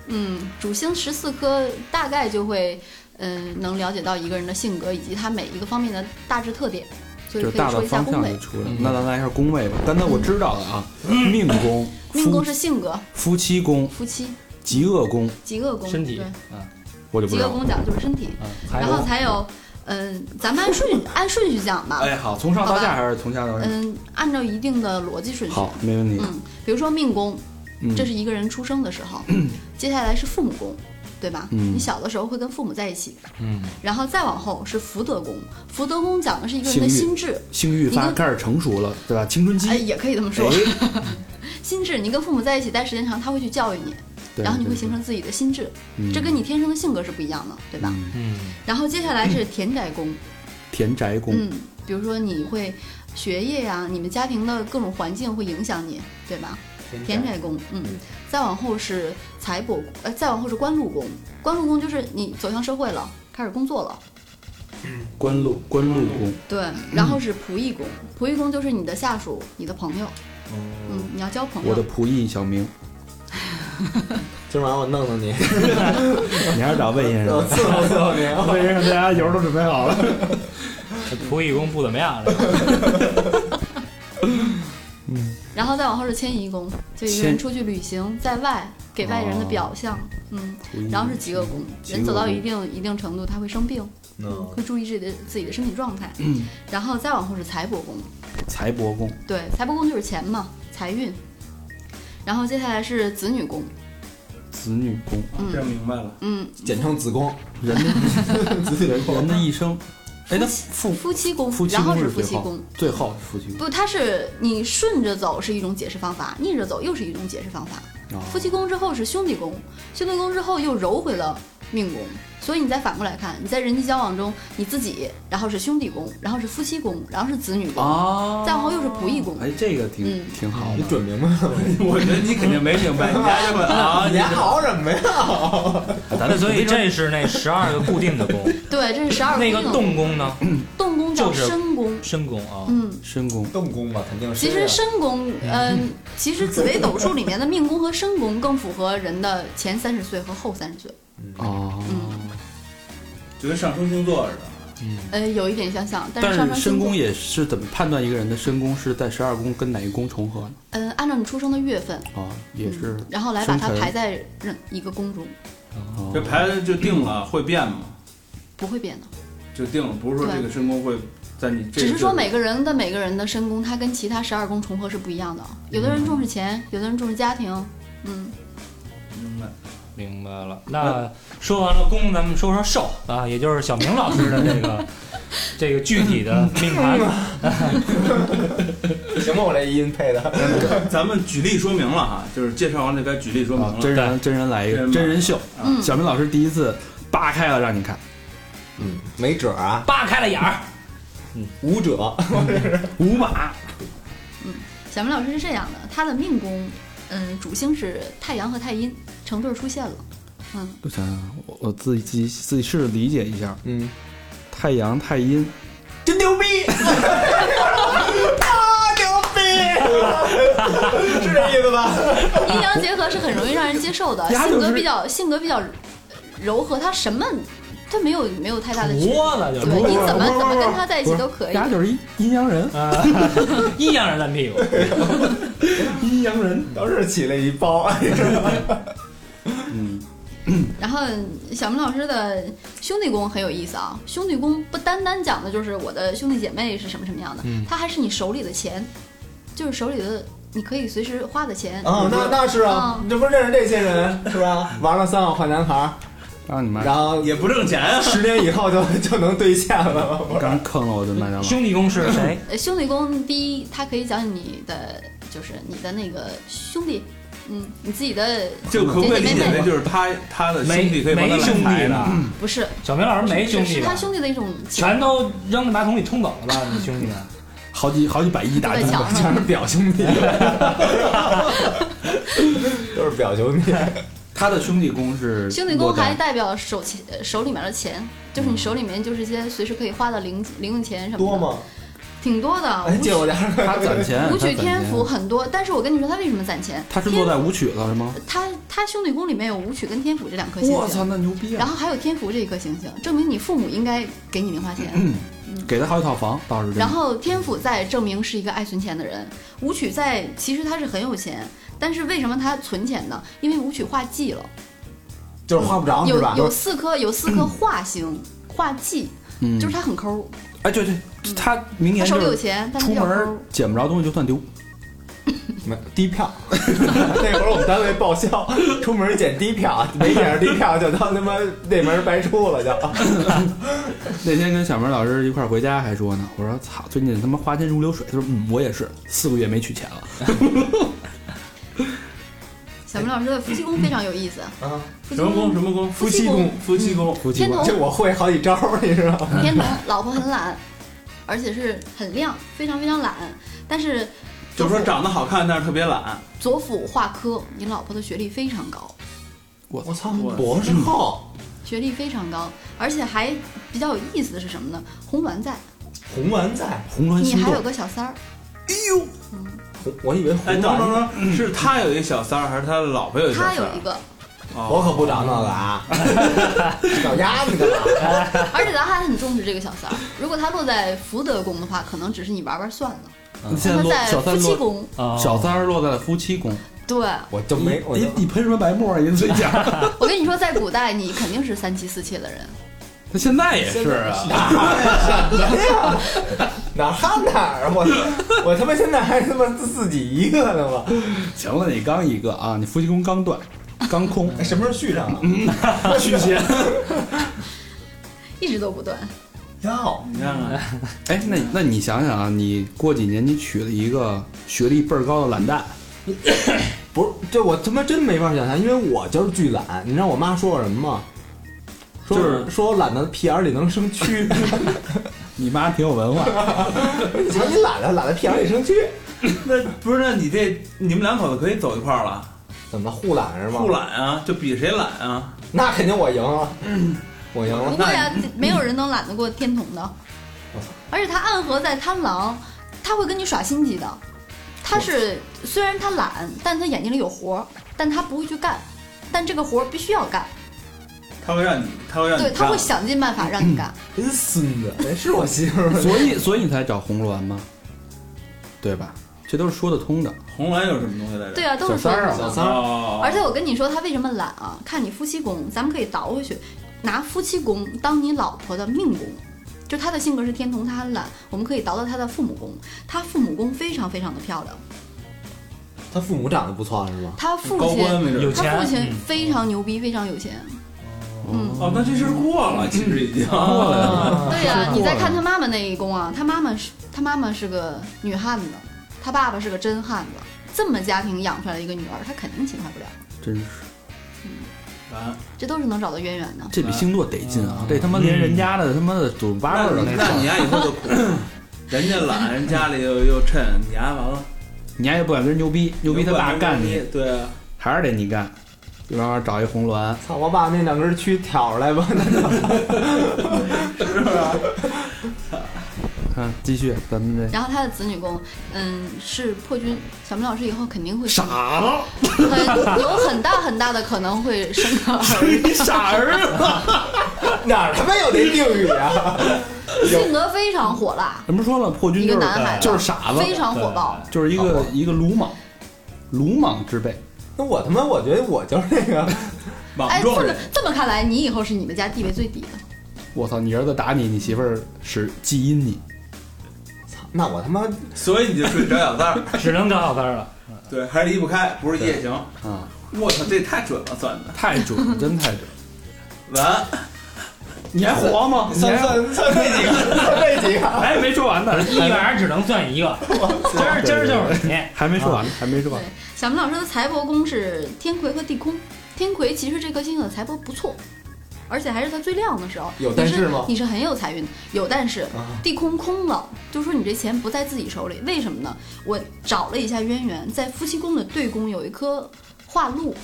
Speaker 6: 嗯，主星十四颗大概就会呃，能了解到一个人的性格以及他每一个方面的大致特点，就
Speaker 2: 就是是
Speaker 6: 可
Speaker 2: 大
Speaker 6: 以
Speaker 2: 的
Speaker 6: 说一下
Speaker 2: 方
Speaker 6: 宫
Speaker 2: 向
Speaker 6: 位嗯
Speaker 2: 就。出来了
Speaker 4: 嗯。
Speaker 2: 那咱来一下宫位吧，但那我知道的啊，命宫、
Speaker 6: 命宫
Speaker 2: 夫
Speaker 6: 是性格，
Speaker 2: 夫妻宫、
Speaker 6: 夫妻
Speaker 2: 极恶宫，
Speaker 6: 极恶宫，
Speaker 5: 身体
Speaker 6: 对，
Speaker 2: 我就不
Speaker 6: 极
Speaker 2: 知
Speaker 6: 恶
Speaker 2: 道了。啊
Speaker 6: 宫讲的就是身体，
Speaker 5: 还
Speaker 6: 然
Speaker 5: 有
Speaker 6: 后才有，嗯，咱们按顺序按顺序讲啊吧，
Speaker 2: 哎，好，从上到下还是从下到上？
Speaker 6: 嗯，按照一定的逻辑顺序，
Speaker 2: 好，没问题。
Speaker 6: 嗯，比如说命宫，
Speaker 2: 嗯
Speaker 6: 这是一个人出生的 时候，接下来是父母宫，对吧？
Speaker 2: 嗯
Speaker 6: 你小的时候会跟父母在一起，
Speaker 5: 嗯，
Speaker 6: 然后再往后是福德宫，福德宫讲的是一个人的
Speaker 2: 性
Speaker 6: 心智，
Speaker 2: 性欲发
Speaker 6: 你跟
Speaker 2: 开始成熟了，对吧？青春期
Speaker 6: 哎，，也可以这么说，
Speaker 2: 哎
Speaker 6: 心智，你跟父母在一起待时间长，他会去教育你，
Speaker 2: 对
Speaker 6: 然后你
Speaker 2: 对
Speaker 6: 会形成自己的心智，
Speaker 2: 嗯
Speaker 6: 这跟你天生的性格是不一样的，对吧？
Speaker 2: 嗯
Speaker 5: 嗯，
Speaker 6: 然后接下来是田宅宫，
Speaker 2: 田宅宫，
Speaker 6: 嗯，比如说你会学业呀、你们家庭的各种环境会影响你，对吧？田宅宫，嗯，再往后是财帛宫，呃，再往后是官禄宫，官禄宫就是你走向社会了，开始工作了，
Speaker 2: 官禄官禄宫，
Speaker 6: 对，然后是仆役宫，仆役宫就是你的下属，你的朋友，嗯，你要交朋
Speaker 2: 我的
Speaker 6: 友，
Speaker 2: 仆役小明，
Speaker 3: 今晚我弄 弄你，
Speaker 2: 你还是找魏先
Speaker 3: 我
Speaker 2: 生。
Speaker 3: 伺候伺候你。啊
Speaker 2: 魏先生，大家油都准备好了。
Speaker 5: 仆役工不怎么样 了。
Speaker 6: 然后再往后是迁移宫，就一个
Speaker 2: 迁
Speaker 6: 人出去旅行，在外给外人的表象，嗯，然后是极恶宫，人走到一定一定程度，他会生病，嗯，会注意自己的自己的身体状态，嗯，然后再往后是财帛宫，
Speaker 2: 财帛宫，
Speaker 6: 对，财帛宫就是钱嘛，财运。然后接下来是子女宫，
Speaker 2: 子女宫，
Speaker 4: 这
Speaker 6: 嗯
Speaker 4: 明白
Speaker 2: 哎
Speaker 4: 了，
Speaker 6: 嗯，
Speaker 3: 简称子宫，
Speaker 2: 人的人人的一生，哎，那父
Speaker 6: 夫妻宫
Speaker 2: 夫，妻
Speaker 6: 然后
Speaker 2: 宫
Speaker 6: 是
Speaker 2: 是
Speaker 6: 夫
Speaker 2: 最
Speaker 6: 妻
Speaker 2: 后
Speaker 6: 宫，，
Speaker 2: 最后是夫妻宫。
Speaker 6: 不，它是你顺着走是一种解释方法，逆着走又是一种解释方法。
Speaker 2: 啊
Speaker 6: 夫妻宫之后是兄弟宫，兄弟宫之后又揉回了命宫，所以你再反过来看，你在人际交往中，你自己，然后是兄弟宫，然后是夫妻宫，然后是子女宫，
Speaker 2: 啊，
Speaker 6: 再往后又是仆役宫。
Speaker 2: 哎，这个挺
Speaker 6: 嗯
Speaker 2: 挺好
Speaker 3: 你
Speaker 2: 的。
Speaker 3: 准明白了？
Speaker 4: 我觉得 你肯定没明白，你家就问啊，
Speaker 3: 你还好什么呀？
Speaker 2: 咱
Speaker 5: 那
Speaker 2: 们
Speaker 5: 所以
Speaker 2: 没准
Speaker 5: 这是那十二个固定的宫，
Speaker 6: 对，这是十二
Speaker 5: 那个
Speaker 6: 动
Speaker 5: 动宫呢？
Speaker 6: 动宫叫
Speaker 5: 就是
Speaker 6: 申宫，
Speaker 5: 申宫啊，
Speaker 6: 嗯。
Speaker 2: 申宫
Speaker 3: 动工吧，肯定是。
Speaker 6: 其
Speaker 2: 啊
Speaker 6: 实申 宫，嗯，其实紫微斗数里面的命宫和申宫更符合人的前三十岁和后三十岁，
Speaker 2: 哦，
Speaker 6: 嗯
Speaker 4: 就跟上升星座似的，
Speaker 6: 呃，有一点相像，但
Speaker 2: 但
Speaker 6: 是上
Speaker 2: 是
Speaker 6: 升
Speaker 2: 申
Speaker 6: 星
Speaker 2: 宫
Speaker 6: 座，
Speaker 2: 也是怎么判断一个人的申宫是在十二宫跟哪个宫重合呢？
Speaker 6: 嗯，按照你出生的月份，
Speaker 2: 啊，也是
Speaker 6: 嗯，然后来把它
Speaker 2: 生辰
Speaker 6: 排在任一个宫中，
Speaker 2: 哦
Speaker 4: 这牌子就定了，会变吗？
Speaker 6: 不会变的，
Speaker 4: 就定了，不是说这个申宫会在你这，
Speaker 6: 只是说每个人的每个人的申宫，它跟其他十二宫重合是不一样的，有的人重视钱，有的人重视家庭，嗯，
Speaker 4: 明白。
Speaker 5: 明白了。那说完了宫，咱们说说寿啊，也就是小明老师的这 个这个具体的
Speaker 6: 嗯
Speaker 5: 命盘。
Speaker 3: 行吧，我这音配的。
Speaker 4: 咱们举例说明了哈，就是介绍完这该举例说明
Speaker 2: 啊
Speaker 4: 了，，
Speaker 2: 真人真人来一
Speaker 4: 真
Speaker 2: 个
Speaker 4: 人
Speaker 2: 真人秀，
Speaker 6: 嗯
Speaker 2: 小明老师第一次扒开了让你看，
Speaker 3: 嗯，没准儿啊，
Speaker 5: 扒开了眼儿，
Speaker 3: 舞者
Speaker 2: 五马
Speaker 6: 小明老师是这样的，他的命宫，嗯，主星是太阳和太阴成对儿出现了，嗯，
Speaker 2: 我想想，我我自己自己自己试着理解一下，
Speaker 3: 嗯，
Speaker 2: 太阳太阴，
Speaker 3: 真牛逼，啊，牛逼，是这意思吧？
Speaker 6: 阴阳结合是很容易让人接受的，
Speaker 2: 呀
Speaker 6: 性
Speaker 2: 就
Speaker 6: 格
Speaker 2: 是
Speaker 6: 比较性格比较柔和，他什么他没有没有太大的区别
Speaker 5: 窝了就
Speaker 6: 对，
Speaker 5: 是
Speaker 6: 你怎
Speaker 2: 不
Speaker 6: 么
Speaker 2: 是不是
Speaker 6: 怎
Speaker 2: 不
Speaker 6: 么
Speaker 2: 是
Speaker 6: 跟他在一起都可以。
Speaker 2: 丫就是一阴阳人，
Speaker 5: 啊， 一样人烂屁股。
Speaker 2: 阴阳人，
Speaker 3: 都是起了一包，
Speaker 2: 嗯，
Speaker 6: 然后小明老师的兄弟宫很有意思啊，兄弟宫不单单讲的就是我的兄弟姐妹是什么什么样的，
Speaker 3: 嗯
Speaker 6: 他还是你手里的钱，就是手里的你可以随时花的钱。
Speaker 3: 啊，那那是啊，嗯
Speaker 6: 嗯
Speaker 3: 你这不是认识这些人是吧？玩了三好坏男孩儿，
Speaker 2: 让你妈
Speaker 3: 然后
Speaker 4: 也不挣钱啊，
Speaker 3: 十年以后就就能兑现了。
Speaker 2: 刚坑了我的麦当劳，
Speaker 5: 兄弟宫是谁？
Speaker 6: 呃兄弟宫第一，它可以讲你的就是你的那个兄弟，嗯，你自己的
Speaker 4: 就可不可以理
Speaker 6: 姐
Speaker 4: 解
Speaker 6: 妹
Speaker 4: 为就是他他的兄弟可以帮他
Speaker 5: 没兄弟
Speaker 4: 来
Speaker 5: 呢
Speaker 4: 呢？？
Speaker 6: 不是
Speaker 5: 小明老师没兄弟
Speaker 6: 是是他
Speaker 5: 吧？
Speaker 6: 兄弟的一种情
Speaker 5: 全都扔在马桶里冲走了吧？你兄弟们？
Speaker 2: 好几好几百亿
Speaker 6: 都
Speaker 2: 大
Speaker 6: 在
Speaker 2: 军，
Speaker 6: 墙上。
Speaker 3: 全是表兄 弟，都是表兄弟。
Speaker 2: 他的兄弟宫是
Speaker 6: 兄弟宫还
Speaker 2: 落在
Speaker 6: 代表手钱手里面的钱，就是你手里面就是一些随时可以花的零零用钱什么的。
Speaker 3: 多吗？
Speaker 6: 挺多的。
Speaker 3: 哎，借我点儿。
Speaker 2: 他攒钱，
Speaker 6: 武
Speaker 2: 他攒
Speaker 6: 曲天
Speaker 2: 钱
Speaker 6: 府很多，但是我跟你说他为什么攒钱？
Speaker 2: 他是
Speaker 6: 天
Speaker 2: 落在舞曲了是吗？
Speaker 6: 他他兄弟宫里面有武曲跟天府这两颗星星，，
Speaker 2: 那牛逼
Speaker 6: 然！后还有天府这一颗星星，证明你父母应该给你零花钱。
Speaker 2: 给他好几套房，嗯倒是真的
Speaker 6: 然后天府在证明是一个爱存钱的人，武曲在其实他是很有钱，但是为什么他存钱呢？因为武曲化忌了，
Speaker 3: 就是花不
Speaker 2: 啊
Speaker 3: 着
Speaker 6: 有
Speaker 3: 是吧？
Speaker 6: 有四颗有四颗化星化忌，
Speaker 2: 嗯，
Speaker 6: 就是他很抠，
Speaker 2: 哎，对对，他明
Speaker 6: 他
Speaker 2: 年
Speaker 6: 手
Speaker 2: 就
Speaker 6: 里有
Speaker 2: 是
Speaker 6: 钱，但他
Speaker 2: 出
Speaker 6: 嗯比较
Speaker 2: 门
Speaker 6: 抠。
Speaker 2: 捡不着东西就算丢，
Speaker 3: 没低 票，那会儿我们单位报销，出门捡低票，没捡着低票就当他妈那门白出了
Speaker 6: 哦
Speaker 3: 就。
Speaker 2: 那天跟小明老师一块儿回家还说呢，我说操，最近他妈花钱如流水。他说嗯，我也是，四个月没取钱了。
Speaker 6: 小明老师的夫妻宫非常有意思，
Speaker 3: 啊，
Speaker 6: 夫妻
Speaker 4: 什么宫什么宫？
Speaker 6: 夫妻宫，
Speaker 4: 夫妻宫。
Speaker 2: 夫妻
Speaker 6: 天
Speaker 2: 关
Speaker 6: 同
Speaker 2: 系
Speaker 3: 这我会好几招儿，你知道吗？
Speaker 6: 天童老婆很懒，而且是很亮，非常非常懒，但是
Speaker 4: 就
Speaker 6: 左
Speaker 4: 说
Speaker 6: 辅
Speaker 4: 长得好看，但是特别懒。
Speaker 6: 左辅化科，你老婆的学历非常高，
Speaker 3: 我操
Speaker 4: 我
Speaker 3: 博士后，
Speaker 6: 学历非常高，而且还比较有意思的是什么呢？红鸾在，
Speaker 3: 红鸾在，
Speaker 2: 红鸾
Speaker 6: 你
Speaker 2: 心
Speaker 6: 还有
Speaker 2: 动，
Speaker 6: 个小三儿，
Speaker 3: 红我以为
Speaker 4: 哎，
Speaker 3: 红
Speaker 4: 等等
Speaker 3: 鸾，
Speaker 4: 等等，是他有一个小三儿，还是他老婆有一小
Speaker 6: 他
Speaker 4: 三
Speaker 6: 有一
Speaker 4: 儿？
Speaker 6: 个，
Speaker 3: 我
Speaker 4: 哦，
Speaker 3: 可不找那个 啊，找鸭子干嘛？
Speaker 6: 而且咱还很重视这个小三儿。如果他落在福德宫的话，可能只是你玩玩算了。
Speaker 2: 现在
Speaker 6: 但他
Speaker 2: 落嗯小
Speaker 6: 在夫
Speaker 2: 三
Speaker 6: 妻
Speaker 2: 落哦
Speaker 6: 宫，
Speaker 5: 啊，
Speaker 2: 小三儿落在了夫妻宫，
Speaker 6: 对
Speaker 3: 我就没我
Speaker 2: 你
Speaker 3: 就
Speaker 2: 你喷什么白沫啊？你嘴角，
Speaker 6: 我跟你说，在古代你肯定是三妻四妾的人，
Speaker 2: 他现在也是啊。
Speaker 3: 哪看哪儿啊？我我他妈现在还他妈自己一个呢我。
Speaker 2: 行了，你刚一个啊，你夫妻宫刚断，刚 空，
Speaker 3: 什么时候续上啊？
Speaker 2: 续弦。
Speaker 6: 一直都不断。
Speaker 3: 要
Speaker 4: 你看看，
Speaker 2: 哎，那那你想想啊，你过几年你娶了一个学历倍儿高的懒蛋，
Speaker 3: 不是这我他妈真没法想象，因为我就是巨懒。你知道我妈说我什么吗？说
Speaker 4: 就是
Speaker 3: 说我懒得屁眼儿里能生 蛆。
Speaker 2: 你妈挺有 文化，
Speaker 3: 你瞧你懒得懒得屁眼儿里生蛆，
Speaker 4: 那不是？那你这你们两口子可以走一块儿了，
Speaker 3: 怎么了互懒是吗？
Speaker 4: 不，懒啊，就比谁懒啊。
Speaker 3: 那肯定我赢了，
Speaker 4: 嗯
Speaker 3: 我赢
Speaker 6: 不
Speaker 3: 了。
Speaker 6: 会啊，没有人能懒得过天童的。而且他暗合在贪狼，他会跟你耍心机的。他是虽然他懒，但他眼睛里有活儿，但他不会去干，但这个活儿必须要干。
Speaker 4: 他会让你，他会让你
Speaker 6: 对，他会
Speaker 4: 干
Speaker 6: 想尽办法让你干。
Speaker 3: 真孙子，哎是我媳妇儿吗。
Speaker 2: 所以所以你才找红鸾吗？对吧？这都是说得通的。
Speaker 4: 红鸾有什么东西来着？
Speaker 6: 对啊，都是
Speaker 2: 小三儿啊
Speaker 6: 说
Speaker 3: 小
Speaker 6: 的
Speaker 3: 三儿，
Speaker 4: 哦，
Speaker 6: 而且我跟你说，他为什么懒啊？看你夫妻宫，咱们可以倒回去，拿夫妻宫当你老婆的命宫。就他的性格是天同，他很懒，我们可以倒到他的父母宫。他父母宫非常非常的漂亮，
Speaker 3: 她父母长得不错是吗？
Speaker 6: 他父
Speaker 4: 高
Speaker 6: 亲
Speaker 4: 官没准
Speaker 5: 有
Speaker 4: 儿。
Speaker 6: 他
Speaker 5: 钱
Speaker 6: 父亲
Speaker 5: 嗯
Speaker 6: 非常牛逼，非常有钱。嗯，
Speaker 4: 哦，那这事儿过了，其实已经。
Speaker 2: 过来了，
Speaker 5: 啊
Speaker 6: 哦对呀、
Speaker 5: 哦
Speaker 6: 你再看他妈妈那一宫啊，他妈妈是他妈妈是个女汉子，他爸爸是个真汉子，这么家庭养出来一个女儿，他肯定勤快不了，
Speaker 2: 真是
Speaker 4: 啊
Speaker 6: 这都是能找到渊源的。
Speaker 2: 这比星座得劲啊！这他妈连人家的他妈的祖宗八辈儿的
Speaker 4: 那你
Speaker 2: 事
Speaker 4: 那
Speaker 2: 儿，
Speaker 4: 你丫以后就苦 了，人家懒，人家里又又趁你丫完了，
Speaker 2: 你还不敢跟人牛逼，牛逼他爸干
Speaker 4: 牛
Speaker 2: 你，
Speaker 4: 逼，对啊，
Speaker 2: 还是得你干。比方说找一红鸾，
Speaker 3: 操，我把那两根蛆挑出来吧。
Speaker 2: 看继续咱们这
Speaker 6: 然后他的子女宫，嗯，是破军。小明老师以后肯定会哎
Speaker 2: 傻了，
Speaker 6: 很有很大很大的可能会生 个儿子，
Speaker 2: 你傻儿子，
Speaker 3: 哪儿他妈有这定语啊？
Speaker 6: 性格非常火辣，
Speaker 2: 咱们说了，破军
Speaker 6: 一个
Speaker 2: 就是
Speaker 6: 男孩子
Speaker 2: 就是傻子，
Speaker 6: 非常火爆。
Speaker 2: 就是一个一个鲁莽，鲁莽之辈。
Speaker 3: 那我他妈我觉得我就是那个
Speaker 4: 莽
Speaker 6: 哎，
Speaker 4: 撞
Speaker 6: 这么
Speaker 4: 人，
Speaker 6: 这么看来，你以后是你们家地位最低的。
Speaker 2: 我操，你儿子打你，你媳妇儿是基因你，
Speaker 3: 操，那我他妈
Speaker 4: 所以你就睡找小三儿，
Speaker 5: 只能找小三儿了。
Speaker 4: 哎 对，还是离不开，不是一夜情。
Speaker 2: 啊，
Speaker 4: 我操，这太准了，算的
Speaker 2: 太准了，真太准。
Speaker 4: 完，
Speaker 2: 你还活吗？你
Speaker 3: 算
Speaker 2: 还
Speaker 3: 算算这几个，算这几个。
Speaker 2: 哎，没说完呢，
Speaker 5: 一晚上只能算一个，今儿今儿就是你。
Speaker 2: 还没说完呢，还没说完
Speaker 6: 对。，小明老师的财帛宫是天魁和地空。天魁其实这颗星星的财帛不错，而且还是它最亮的时候。
Speaker 3: 有但是吗
Speaker 6: 你是你是很有财运的，有但是
Speaker 3: 啊
Speaker 6: 地空空了，就说你这钱不在自己手里，为什么呢？我找了一下渊源，在夫妻宫的对宫有一颗化禄，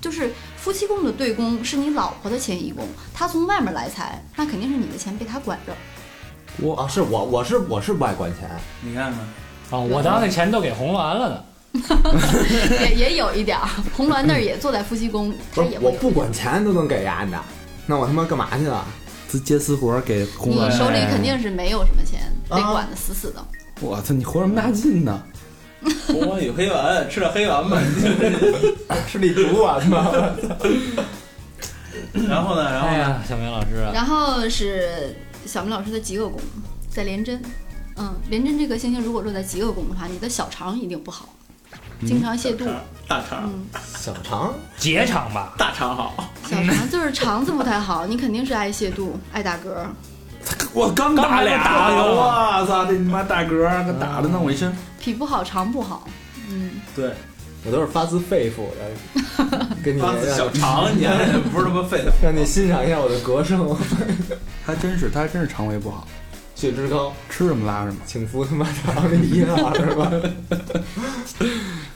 Speaker 6: 就是夫妻宫的 对宫是你老婆的迁移宫，她从外面来财，那肯定是你的钱被她管着。
Speaker 3: 我啊，是我，我是我是不爱管钱，
Speaker 4: 你看
Speaker 5: 啊，
Speaker 4: 看，
Speaker 5: 我当那钱都给红鸾了呢。
Speaker 6: 也也有一点儿。红鸾那儿也坐在夫妻宫，
Speaker 3: 不
Speaker 6: 他
Speaker 3: 是
Speaker 6: 也
Speaker 3: 我
Speaker 6: 会有。
Speaker 3: 不管钱都能给丫的，那我他妈干嘛去了？
Speaker 2: 私接私活儿给红
Speaker 6: 你
Speaker 2: 鸾。
Speaker 6: 手里肯定是没有什么钱，得
Speaker 3: 啊
Speaker 6: 管得死死的。
Speaker 2: 我操，你活这么大劲呢？
Speaker 4: 红鸾与黑丸，吃点黑丸吧。
Speaker 3: 吃力不完吗？
Speaker 4: 然后呢，然后
Speaker 5: 哎
Speaker 4: 呢，
Speaker 5: 呀，小明老师啊，
Speaker 6: 然后是小明老师的极恶宫在廉贞，嗯，廉贞这个星星如果落在极恶宫的话，你的小肠一定不好，经常泻肚，
Speaker 4: 大嗯肠，
Speaker 6: 嗯，
Speaker 3: 小肠
Speaker 5: 结肠吧，
Speaker 4: 大肠 好。
Speaker 6: 小肠就是肠子不太好，你肯定是爱泻肚、爱打嗝。
Speaker 2: 我刚
Speaker 5: 刚才不打啊了
Speaker 4: 啊
Speaker 2: 我操，这你妈大嗝儿给打的弄我一 身。
Speaker 6: 脾不好，肠不好，嗯，
Speaker 4: 对，
Speaker 3: 我都是发自肺腑的，跟你
Speaker 4: 发自小肠，你还不是他妈肺的。
Speaker 3: 让你欣赏一下我的歌 声，
Speaker 2: 还真是，他还真是肠胃不好，
Speaker 3: 血脂高，
Speaker 2: 吃什么拉什么。
Speaker 3: 请服他妈长的一样是吧？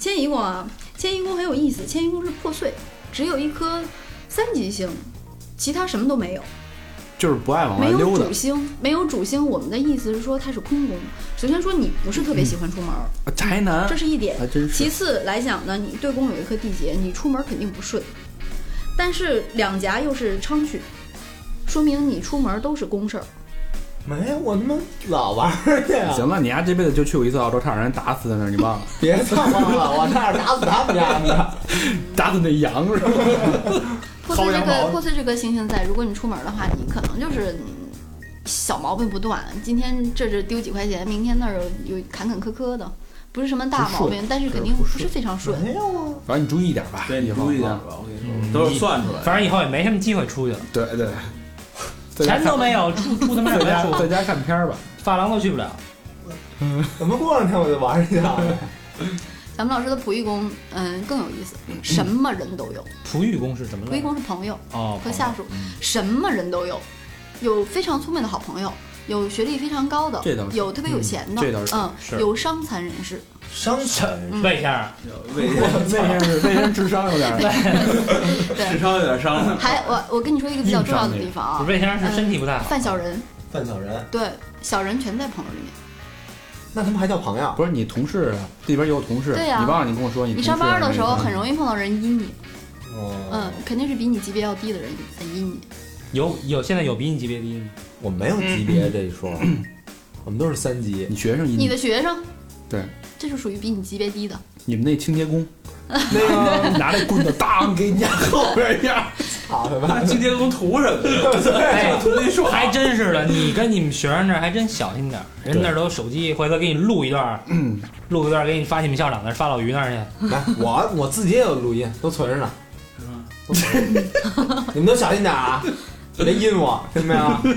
Speaker 6: 迁移宫啊，迁移宫很有意思，迁移宫是破碎，只有一颗三级星，其他什么都没有。
Speaker 2: 就是不爱往外
Speaker 6: 没有
Speaker 2: 溜达
Speaker 6: 主，星，没有主星，我们的意思是说它是空宫。首先说你不是特别喜欢出门儿，
Speaker 2: 啊宅男
Speaker 6: 这是一点。
Speaker 2: 还真
Speaker 6: 其
Speaker 2: 啊是。
Speaker 6: 次来讲呢，你对宫有一颗地劫，你出门肯定不顺。但是两颊又是昌曲，说明你出门都是公事儿。
Speaker 3: 没有，我他妈老玩儿去啊，
Speaker 2: 行了，你丫这辈子就去过一次澳洲，差点让人打死在那儿，你忘了？
Speaker 3: 别操了，我差点打死他们家 呢。
Speaker 2: 打死那羊是吧？
Speaker 6: 破碎这
Speaker 3: 薅羊
Speaker 6: 个
Speaker 3: 毛
Speaker 6: 破碎这个星星在，如果你出门的话，你可能就是嗯小毛病不断，今天这这丢几块钱，明天那儿有有坎坎坷坷的，不是什么大
Speaker 2: 不
Speaker 6: 毛
Speaker 2: 顺
Speaker 6: 病，但是
Speaker 2: 是
Speaker 6: 肯定
Speaker 2: 不
Speaker 6: 不
Speaker 2: 顺嗯
Speaker 6: 是非常顺。
Speaker 3: 没有啊，
Speaker 2: 反正你注意一点吧，
Speaker 4: 对，嗯
Speaker 2: 以
Speaker 4: 你
Speaker 2: 后
Speaker 4: 注意点
Speaker 2: 啊。
Speaker 4: 吧，我跟你说，都是算出来的。
Speaker 5: 反正以后也没什么机会出去了，
Speaker 2: 对对，在家
Speaker 5: 钱
Speaker 2: 看
Speaker 5: 都没有，出出他妈
Speaker 2: 在
Speaker 5: 什
Speaker 2: 家
Speaker 5: 么
Speaker 2: 在
Speaker 5: 出？
Speaker 2: 家看片 儿吧。
Speaker 5: 发廊都去不了。
Speaker 3: 怎么过两天我就玩儿去啊了？
Speaker 6: 咱们老师的溥仪宫，嗯，更有意思，什么人都有。
Speaker 5: 璞玉宫是什么
Speaker 6: 溥仪
Speaker 5: 来着？
Speaker 6: 宫是朋友
Speaker 5: 嗯哦，
Speaker 6: 和下属，什么人都有，有非常聪明的好朋友，有学历非常高的
Speaker 2: 这倒，是
Speaker 6: 有特别有钱的，
Speaker 2: 嗯这倒是
Speaker 5: 是
Speaker 6: 嗯，有伤残人士，
Speaker 3: 伤
Speaker 5: 陈
Speaker 6: 嗯
Speaker 5: 魏先生，
Speaker 4: 胃
Speaker 2: 那人是那人智商有点儿。
Speaker 4: 智
Speaker 6: 对。
Speaker 4: 商有点伤了。
Speaker 6: 还我我跟你说一个比较重要的地方
Speaker 5: 不是
Speaker 6: 啊，
Speaker 5: 魏先生是身体不太好，
Speaker 6: 犯小人，
Speaker 3: 范小人，
Speaker 6: 对，小人全在朋友里面。
Speaker 3: 那他们还叫朋友？
Speaker 2: 不是你同事啊这边也有同事，
Speaker 6: 对呀
Speaker 2: 你忘了你跟我说你
Speaker 6: 你上班的时候很
Speaker 2: 易
Speaker 6: 容易碰到人阴你，嗯
Speaker 3: 嗯，，
Speaker 6: 肯定是比你级别要低的人在阴你。
Speaker 5: 有有现在有比你级别低的 吗？
Speaker 3: 我没有级别这一说， 我们都是三级。
Speaker 2: 你学生
Speaker 6: 你
Speaker 2: 你
Speaker 6: 的学生，
Speaker 2: 对
Speaker 6: 这是属于比你级别低的。
Speaker 2: 你们那清洁工，那 个拿那棍子当给你后边一样，
Speaker 3: 好的吧
Speaker 4: 那？今天都图什么呀？
Speaker 5: 哎，
Speaker 4: 图那爽。
Speaker 5: 还真是的，你跟你们学生那儿还真小心点儿，人那儿都有手机，回头给你录一段儿，录一段儿给你发你们校长那儿，发老于那儿去。
Speaker 3: 来，我我自己也有录音，都存着呢。
Speaker 4: 是吗
Speaker 3: 都存着呢 你们都小心点啊，别阴我，听到没有？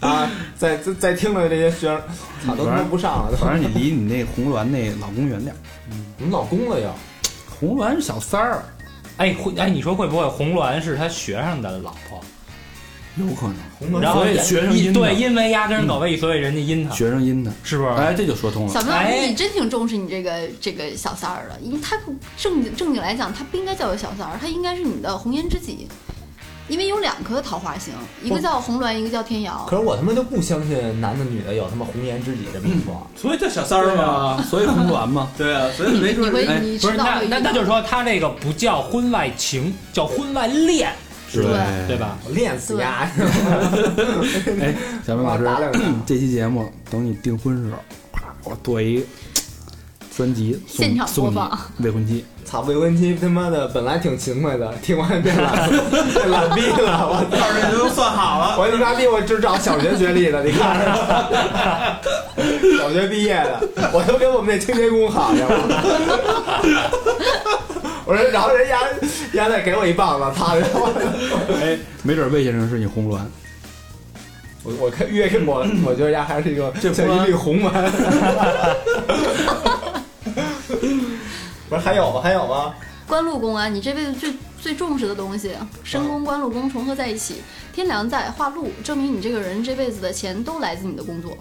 Speaker 3: 啊，再再再听了这些学生，操，都他妈不上了，都
Speaker 2: 反正你离你那红鸾那老公远点儿。
Speaker 3: 你们老公了又。
Speaker 2: 红鸾是小三儿，
Speaker 5: 哎，会哎，你说会不会红鸾是他学生的老婆？
Speaker 2: 有可能
Speaker 3: 红鸾
Speaker 5: 然后
Speaker 2: 所以学生阴的
Speaker 5: 对，因为压根儿搞卫，所以人家阴他，
Speaker 2: 学生阴的，
Speaker 5: 是不是？
Speaker 2: 哎，这就说通了。
Speaker 6: 小明老师，
Speaker 5: 哎
Speaker 6: 你真挺重视你这个这个小三儿的，因为他正经正经来讲，他不应该叫做小三儿，他应该是你的红颜知己，因为有两颗桃花星，一个叫红鸾，一个叫天姚。
Speaker 3: 可是我他妈就不相信男的女的有他妈红颜知己这么一说。
Speaker 4: 所以叫小三儿嘛。
Speaker 2: 啊，所以红鸾 嘛，
Speaker 4: 对啊，所以没
Speaker 6: 你
Speaker 4: 准儿
Speaker 6: 会
Speaker 4: 哎，
Speaker 6: 你
Speaker 5: 不
Speaker 6: 迟
Speaker 5: 是，
Speaker 6: 早
Speaker 5: 那
Speaker 6: 会遇
Speaker 5: 那
Speaker 6: 到
Speaker 5: 那就是说他这个不叫婚外情，叫婚外恋，
Speaker 6: 对
Speaker 5: 对？吧？
Speaker 3: 我练死呀！
Speaker 2: 哎，小明老师嗯
Speaker 3: 打两嗯下，
Speaker 2: 这期节目等你订婚时候，咵，我做一专辑送
Speaker 6: 现场
Speaker 2: 送你
Speaker 6: 播放
Speaker 2: 未婚妻。
Speaker 3: 操，未婚妻他妈的本来挺勤快的，听完变 懒，变懒逼了。我
Speaker 4: 到时候就都算好了。
Speaker 3: 我你妈逼，我只找小学学历的，你看着， 小学毕业的，我都跟我们那清洁工好上了。 我说，然后人家家再给我一棒子，操！然后
Speaker 2: 哎，没准魏先生是你红鸾，
Speaker 3: 我 我看越跟我，我觉得人家还是一个像一粒红丸。 不是还有吗？还有吗？
Speaker 6: 官禄宫啊，你这辈子最最重视的东西，申宫、官禄宫重合在一起，天梁在化禄，证明你这个人这辈子的钱都来自你的工作。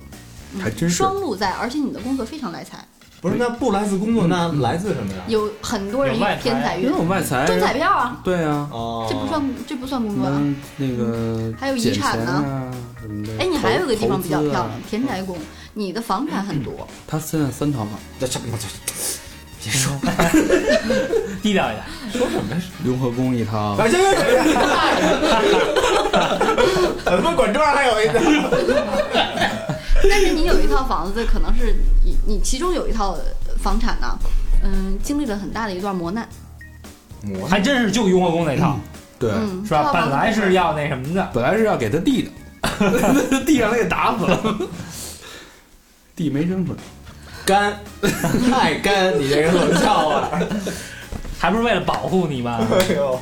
Speaker 6: 嗯
Speaker 2: 还真是
Speaker 6: 双禄在，而且你的工作非常来财，
Speaker 3: 不是，那不来自工作，那来自什么呀？
Speaker 6: 有很多人
Speaker 5: 有外财
Speaker 6: 偏财
Speaker 2: 因为
Speaker 6: 运，
Speaker 2: 我外财，
Speaker 6: 中彩票啊，
Speaker 2: 对啊，
Speaker 3: 哦，
Speaker 6: 这不算这不算工
Speaker 2: 什
Speaker 6: 作啊。
Speaker 2: 么那个
Speaker 6: 还有遗
Speaker 2: 捡
Speaker 6: 产
Speaker 2: 钱
Speaker 6: 呢
Speaker 2: 啊什么的。
Speaker 6: 哎，你还还有一个地方比较
Speaker 2: 投
Speaker 6: 漂
Speaker 2: 资
Speaker 6: 亮
Speaker 2: 啊，
Speaker 6: 田宅宫，你的房产很多，
Speaker 2: 他现在三套房，
Speaker 3: 这这我这别说，
Speaker 5: 低调一点。
Speaker 2: 雍和宫一套，
Speaker 3: 行行行行，我他妈管这玩意儿还有一个，
Speaker 6: 但是你有一套房子，可能是你你其中有一套房产呢，嗯，经历了很大的一段磨难，
Speaker 3: 磨
Speaker 5: 还真是就雍和宫那套，
Speaker 2: 对，
Speaker 6: 嗯，
Speaker 5: 是吧？
Speaker 6: 这套
Speaker 5: 本
Speaker 6: 房子
Speaker 5: 来是要那什么的，
Speaker 2: 本来是要给他弟的，弟让他给打死了，弟没身份，
Speaker 3: 干，太干，你这人冷笑话。
Speaker 5: 还不是为了保护你吗？
Speaker 3: 哎呦，我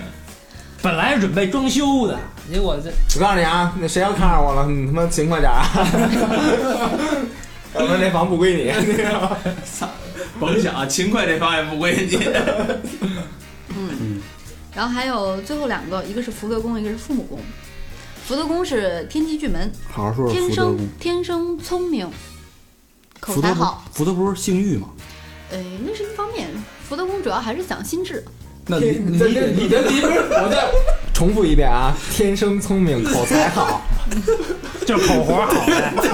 Speaker 5: 本来是准备装修的，结果这
Speaker 3: 告诉你啊，那谁要看上我了，你他妈勤快点啊！要不然那房不归你。
Speaker 4: 甭想啊，勤快这方面不归你。
Speaker 6: 然后还有最后两个，一个是福德宫，一个是父母宫。福德宫是天机巨门，
Speaker 2: 好好说说
Speaker 6: 天
Speaker 2: 福德
Speaker 6: 生
Speaker 2: 宫。
Speaker 6: 天生聪明，口
Speaker 2: 福
Speaker 6: 才
Speaker 2: 德
Speaker 6: 好。
Speaker 2: 不，福德不是性欲吗？
Speaker 6: 呃，那是一方面。福德宫主要还是讲心智，
Speaker 2: 那 你你
Speaker 3: 这这你这你不是我再重复一遍啊！天生聪明，口才好，
Speaker 5: 就是口活好呗。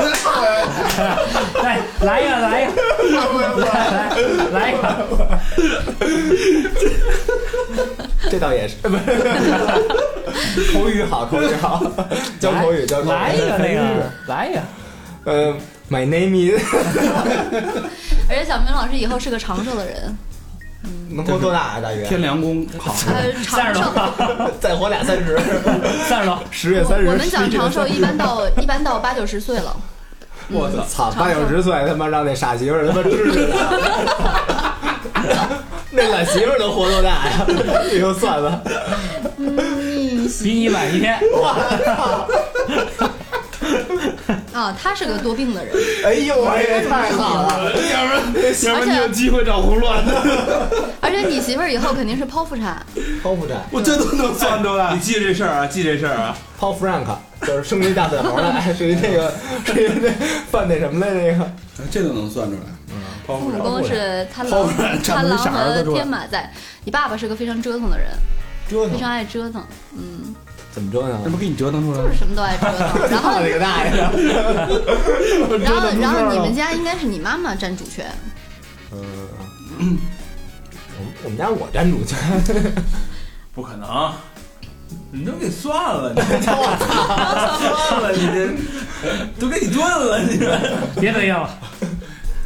Speaker 5: 来来一个，来一个，来来来一个，
Speaker 3: 这倒也是，不是口语好，口语好，教口语教口语。
Speaker 5: 来一个那个，来一个。
Speaker 3: 呃，My name is，
Speaker 6: 而且小明老师以后是个长寿的人，
Speaker 3: 能活多大啊？大约
Speaker 2: 天良宫好，
Speaker 6: 呃，
Speaker 5: 三
Speaker 6: 长
Speaker 5: 十
Speaker 6: 寿。
Speaker 5: 多，
Speaker 3: 再活俩三十，
Speaker 5: 三十多，
Speaker 3: 十月
Speaker 6: 我
Speaker 3: 三十。
Speaker 6: 我们讲长寿一般到一般到八九十岁了，
Speaker 3: 我操，
Speaker 6: 长
Speaker 3: 八九十岁他妈让那傻媳妇儿他妈支持 他，那懒媳妇儿能活多大呀？这就算了，
Speaker 5: 比你晚一天。
Speaker 6: 啊，他是个多病的人，
Speaker 3: 哎呦哎喂，也太好了！
Speaker 6: 而且
Speaker 1: 机会找胡乱的，
Speaker 6: 而且你媳妇儿以后肯定是剖腹产，
Speaker 3: 剖腹产，
Speaker 1: 我这都能算出来
Speaker 4: 你。记这事 儿啊，记这事儿啊。
Speaker 3: 剖 Frank 就是生了一大嘴猴来，属于那个属于那犯那什么来那个，
Speaker 2: 这都能算出来。
Speaker 6: 父母宫是贪狼
Speaker 2: 剖腹产
Speaker 6: 贪
Speaker 2: 产不
Speaker 6: 狼
Speaker 2: 出小儿子
Speaker 6: 和
Speaker 2: 出来
Speaker 6: 天马在。你爸爸是个非常折腾的人，
Speaker 3: 折
Speaker 6: 非
Speaker 3: 腾
Speaker 6: 常爱折腾，嗯，
Speaker 3: 怎么折腾
Speaker 2: 这
Speaker 3: 啊？
Speaker 2: 不给你折腾出来
Speaker 6: 就
Speaker 2: 了
Speaker 6: 是？什么都爱折腾。 然后
Speaker 3: 操你个大爷！
Speaker 6: 然后，然后你们家应该是你妈妈占主权，
Speaker 3: 嗯，我们我们家我占主权，
Speaker 4: 不可能，你都给算 了，你算了，你这都给你炖了，你这
Speaker 5: 别这样了，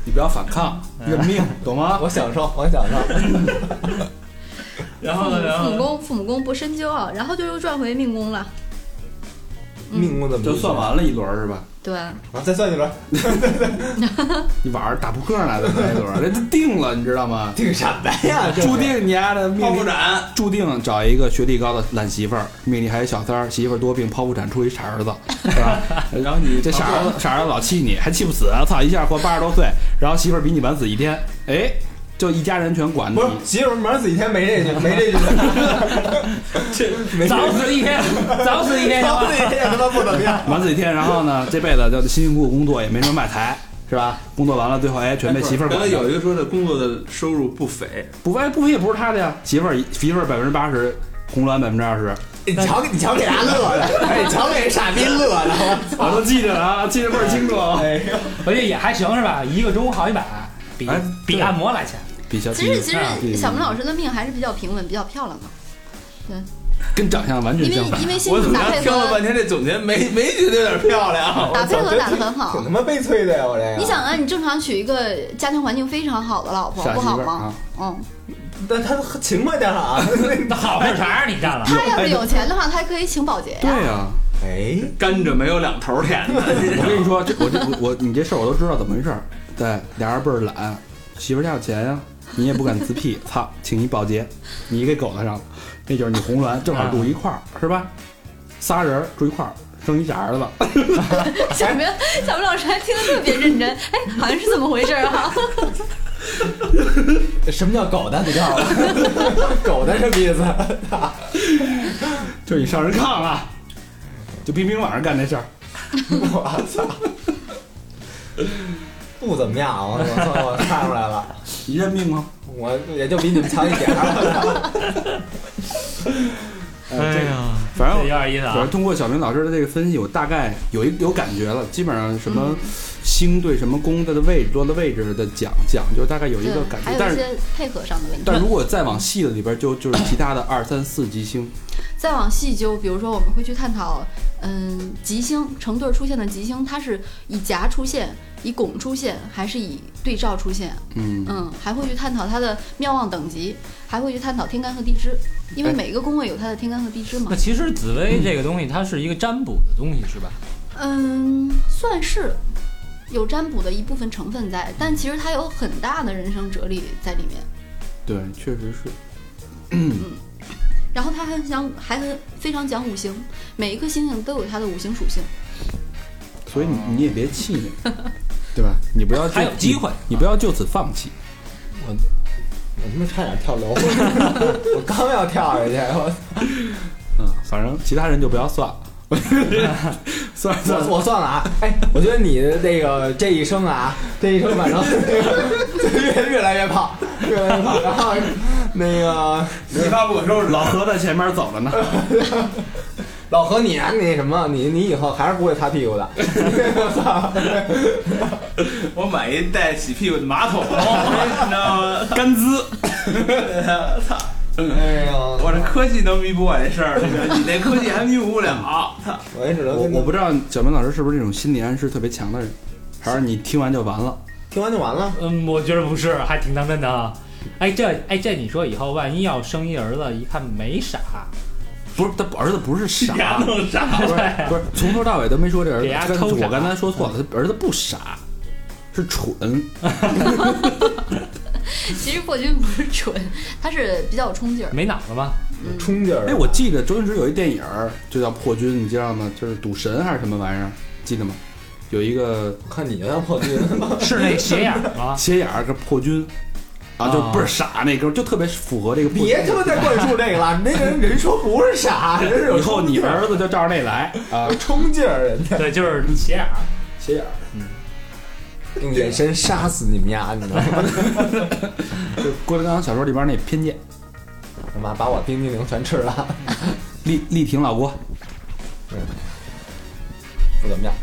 Speaker 2: 你不要反抗，认命，懂吗？
Speaker 3: 我享受，我享
Speaker 6: 嗯
Speaker 3: 受。
Speaker 5: 哦
Speaker 4: 然
Speaker 6: 父
Speaker 4: 后
Speaker 6: 母
Speaker 4: 呢，然
Speaker 6: 父母
Speaker 4: 后呢
Speaker 6: 宫父母宫不深究啊，然后就又转回命宫了。嗯
Speaker 3: 命宫怎 么
Speaker 2: 就算
Speaker 3: 了？
Speaker 2: 完了一轮儿是吧？
Speaker 6: 对，
Speaker 3: 啊再算一轮，
Speaker 2: 你晚上打扑克来的那一轮儿，这 都定了，你知道 吗？
Speaker 3: 定什么呀？这是
Speaker 2: 注定你丫的命
Speaker 4: 剖腹
Speaker 2: 里
Speaker 4: 产，
Speaker 2: 注定找一个学历高的懒媳妇儿，命里还有小三儿，媳妇儿多病，剖腹产出一傻儿子，是吧？然后你这傻儿子，傻儿子老气你，还气不死，操！一下活八十多岁，然后媳妇儿比你晚死一天，哎，就一家人全管你
Speaker 3: 不。是媳妇儿忙死一天没这句，没 这句，这没这
Speaker 5: 早
Speaker 3: 句。
Speaker 5: 死一天，早死一天行
Speaker 3: 早
Speaker 5: 吗
Speaker 3: 死？一天他妈不怎么 样。
Speaker 2: 晚死一天，然后呢，这辈子就辛辛苦苦工作，也没什么卖台，是吧？工作完了，最后哎，全被媳妇儿
Speaker 4: 刚
Speaker 2: 管
Speaker 4: 才
Speaker 2: 着。
Speaker 4: 有一个说这工作的收入不菲，
Speaker 2: 不哎，不也不是他的呀，媳妇儿媳妇儿百分之八十，红鸾百分之二十，
Speaker 3: 你哎瞧，你瞧给他乐的， 哎，你瞧给人傻逼乐的，
Speaker 2: 我都记着了啊，记得倍儿清楚。
Speaker 3: 哎呦，
Speaker 5: 我觉得也还行是吧？一个钟好几百，比
Speaker 2: 哎
Speaker 5: 比
Speaker 2: 对
Speaker 5: 按摩来钱。
Speaker 2: 比较哎
Speaker 6: 其实其
Speaker 2: 比
Speaker 6: 实小明老师的命还是比较平稳，比较漂亮的，
Speaker 2: 跟长相完全
Speaker 6: 因
Speaker 2: 相
Speaker 6: 为
Speaker 2: 反
Speaker 6: 因。为
Speaker 4: 我
Speaker 6: 星
Speaker 4: 怎
Speaker 6: 星
Speaker 4: 么
Speaker 6: 打
Speaker 4: 着
Speaker 6: 配
Speaker 4: 听了半
Speaker 6: 合
Speaker 4: 天这总结没没觉得有点漂亮？
Speaker 6: 打配合打得很好
Speaker 3: 挺。他妈悲催的呀，我这个。
Speaker 6: 你想，啊，你正常娶一个家庭环境非常好的老婆
Speaker 2: 傻
Speaker 6: 不
Speaker 2: 媳
Speaker 6: 好
Speaker 2: 妇儿
Speaker 6: 吗
Speaker 2: 啊？，
Speaker 6: 嗯，
Speaker 3: 但他勤快点 啊。
Speaker 5: 那好事啥让你 占了？
Speaker 6: 他要是有钱的话，他还可以请保洁
Speaker 2: 哎对啊
Speaker 6: 呀。
Speaker 2: 呀、
Speaker 3: 哎，
Speaker 4: 甘蔗没有两头甜 的，
Speaker 2: 我跟你说，这我这我我你这事儿我都知道怎么回事儿。对，俩人倍儿懒，媳妇儿家有钱呀、啊你也不敢自辟，操，请一保洁，你给狗子上了，那就是你红鸾正好住一块儿，是吧？仨人儿住一块儿，生一小儿子，
Speaker 6: 小明
Speaker 2: 哎
Speaker 6: 小明老师还听得特别认真，哎，好像是怎么回事儿啊？
Speaker 3: 什么叫狗蛋？你告 诉我，狗蛋什么意思？
Speaker 2: 就是你上人炕了，就冰冰晚上干这事儿。
Speaker 3: 我操，不怎么样，我我我看出来了，
Speaker 2: 你认命吗？
Speaker 3: 我也就比你们强一点儿。
Speaker 1: 哎呀，
Speaker 2: 反正
Speaker 5: 这有点意思
Speaker 2: 反正
Speaker 5: 啊。
Speaker 2: 通过小明老师的这个分析，我大概有一有感觉了，基本上什
Speaker 6: 嗯
Speaker 2: 么星对什么宫的位置落的位置的讲讲，就大概有一个感觉
Speaker 6: 还。有
Speaker 2: 但
Speaker 6: 一
Speaker 2: 是
Speaker 6: 些配合上的问题。
Speaker 2: 但如果再往细的里边，就就是其他的二三四级星，
Speaker 6: 再往细究，比如说我们会去探讨，嗯，吉星成对儿出现的吉星，它是以夹出现、以拱出现，还是以对照出现？
Speaker 2: 嗯，
Speaker 6: 嗯，还会去探讨它的妙望等级，还会去探讨天干和地支，因为
Speaker 2: 哎
Speaker 6: 每个宫位有它的天干和地支嘛
Speaker 5: 那。其实紫薇这个东西，它是一个占卜的东西，是吧？
Speaker 6: 嗯，算是有占卜的一部分成分在，但其实它有很大的人生哲理在里面。
Speaker 2: 对，确实是。
Speaker 6: 然后它还讲，还很非常讲五行，每一颗星星都有它的五行属性。
Speaker 2: 所以你你也别气馁， 对吧？你不要就
Speaker 5: 还有机会
Speaker 2: 你你不要就此放弃。
Speaker 3: 我他妈差点跳 楼，我刚要跳下去，我
Speaker 2: 嗯，反正其他人就不要算了，算了算了，
Speaker 3: 我我算了啊，哎，我觉得你的这个这一生啊，这一生反 正越越来越胖，越来越胖，然后那个
Speaker 4: 一发不可收拾。
Speaker 2: 老何在前面走着呢。
Speaker 3: 老何你啊，那什么，你你以后还是不会擦屁股的，
Speaker 4: 我买一带洗屁股的马 桶，你知道吗？
Speaker 2: 甘孜，
Speaker 4: 操！
Speaker 3: 哎呦，
Speaker 4: 我这科技能弥补我这事儿，你那科技还弥补不了。
Speaker 3: 我也只能
Speaker 2: 我
Speaker 3: 跟
Speaker 2: 我不知道小明老师是不是这种心理暗示特别强的人，还是你听完就完了？
Speaker 3: 听完就完了，
Speaker 5: 嗯，我觉得不是，还挺当真的啊。哎，这哎这，你说以后万一要生一儿子，一看没 傻，
Speaker 2: 不是，他儿子不是
Speaker 4: 牙
Speaker 2: 傻，
Speaker 4: 弄傻，
Speaker 2: 不是不是，从头到尾都没说这儿
Speaker 5: 给丫
Speaker 2: 子。
Speaker 5: 抠
Speaker 2: 我
Speaker 5: 傻
Speaker 2: 刚才说错了，他儿子不傻，是蠢。
Speaker 6: 其实破军不是蠢，他是比较有冲劲儿。
Speaker 5: 没脑子吗？
Speaker 3: 冲劲儿。
Speaker 2: 哎，我记得周星驰有一电影儿就叫《破军》，你知道吗？就是赌神还是什么玩意儿，记得吗？有一个
Speaker 3: 看你就像破 军，
Speaker 5: 是那斜眼儿吗？
Speaker 2: 斜眼儿个破军，啊，就
Speaker 5: 啊
Speaker 2: 倍儿傻那哥们儿，就特别符合这个破军。
Speaker 3: 别他妈再灌输这个了，那人人说不是傻，人是有
Speaker 2: 以后你儿子就照着那来啊
Speaker 3: 有，冲 劲儿，人家
Speaker 5: 对，就是斜眼儿。
Speaker 2: 斜眼儿。
Speaker 3: 用眼神杀死你们家，你知道吗？
Speaker 2: 就郭德纲小说里边那偏见，
Speaker 3: 他妈把我冰激凌全吃了，
Speaker 2: 力力挺老郭，
Speaker 3: 不怎么样。